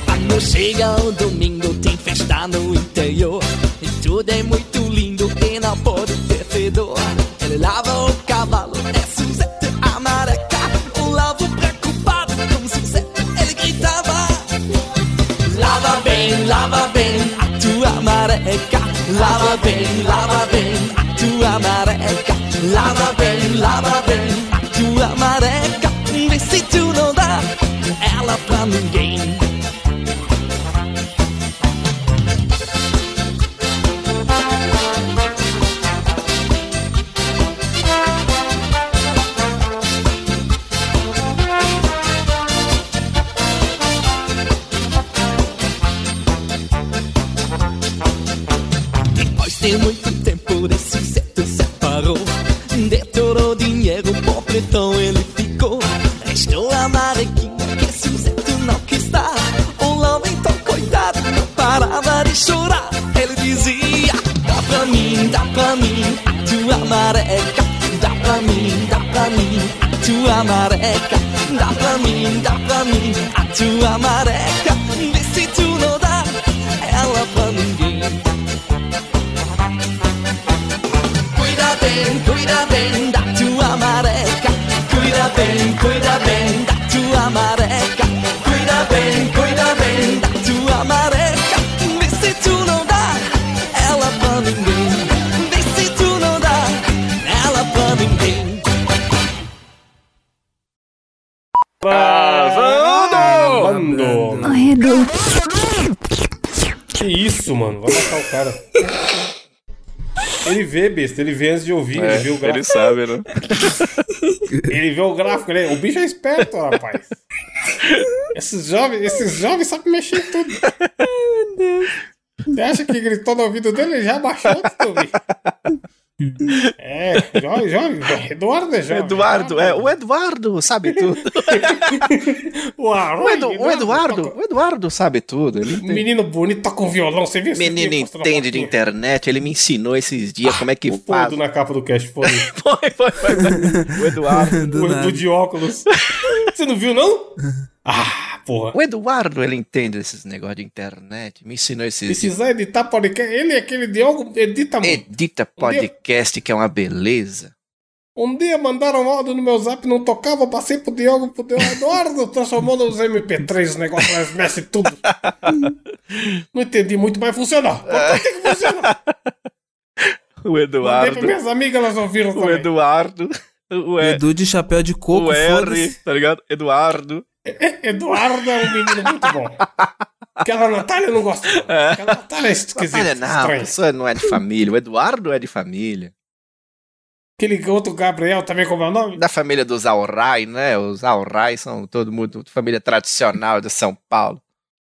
Speaker 8: Quando chega o domingo, tem festa no interior. E tudo é muito lindo e não pode ter fedor. Ele lava o cavalo, é Suzette a mareca. O lavo preocupado com Suzette, ele gritava. Lava bem, lava bem a tua mareca. Lava bem, lava bem a tua mareca. Lava bem, lava bem a tua mareca. Vê se tu não dá ela pra ninguém. Depois de muito tempo desse certo separou Detorou dinheiro, pobre então ele ficou Restou é mareca, dá pra mim, dá pra mim, a tua mareca, dá pra mim, dá pra mim, a tua mareca, vê se tu não dá ela pra ninguém. Cuida bem, cuida bem da tua mareca, cuida bem, cuida bem da tua mareca, cuida bem, cuida bem da tua mareca, vê se tu não dá ela pra ninguém, vê se tu não dá ela pra ninguém.
Speaker 1: Mano,
Speaker 3: Ai, Edu.
Speaker 1: que isso, mano? Vai matar o cara. Ele vê, besta, ele vê antes de ouvir, ele vê o
Speaker 2: É, Ele
Speaker 1: gráfico.
Speaker 2: sabe, né?
Speaker 1: Ele, vê o gráfico, né? O bicho é esperto, rapaz. Esses jovens, esses jovens sabem mexer em tudo. Ai, meu Deus. Você acha que gritou no ouvido dele? Ele já baixou antes de ouvir. É, jovem, jovem. Eduardo é jovem.
Speaker 2: Eduardo, é, o Eduardo sabe tudo.
Speaker 1: O, Aroy,
Speaker 2: O, Edu- o Eduardo, o Eduardo sabe tudo. Ele tem-
Speaker 1: Menino bonito, toca um violão, você viu? esse
Speaker 2: Menino
Speaker 1: vídeo mostrando a
Speaker 2: entende de
Speaker 1: fotinha?
Speaker 2: internet, ele me ensinou esses dias como é que
Speaker 1: O Poldo
Speaker 2: faz.
Speaker 1: na capa do cast, foi
Speaker 2: Foi, foi, foi, foi. O Eduardo.
Speaker 1: o
Speaker 4: Do
Speaker 1: Edu
Speaker 4: nada.
Speaker 1: de óculos. Você não viu, não?
Speaker 2: Uhum.
Speaker 1: Ah, porra.
Speaker 2: O Eduardo, ele entende esses negócios de internet, me ensinou esses dias.
Speaker 1: Precisar editar podcast. Ele é aquele Diogo, edita muito.
Speaker 2: Edita podcast, que é uma beleza.
Speaker 1: Um dia mandaram um áudio no meu zap, não tocava, eu passei pro Diogo, pro Diogo Eduardo, transformou nos MP3, o negócio lá, mexe tudo. não entendi muito, mas funcionou. Importante é que funcionou.
Speaker 2: O
Speaker 1: Mandei pra
Speaker 2: Eduardo.
Speaker 1: minhas amigas, elas ouviram
Speaker 2: É, O
Speaker 1: também.
Speaker 2: Eduardo. O,
Speaker 1: É.
Speaker 2: e,
Speaker 4: Edu de chapéu de coco,
Speaker 2: o
Speaker 4: foda-se.
Speaker 2: R, tá ligado? Eduardo.
Speaker 1: Eduardo é um menino muito bom. Aquela Natália não gosta. não. Aquela Natália é esquisita,
Speaker 2: Olha, não, a
Speaker 1: estranha.
Speaker 2: pessoa não é de família. O Eduardo é de família.
Speaker 1: Aquele outro Gabriel também, como é o nome?
Speaker 2: Da família dos Aurai, né? Os Aurai são todo mundo família tradicional de São Paulo.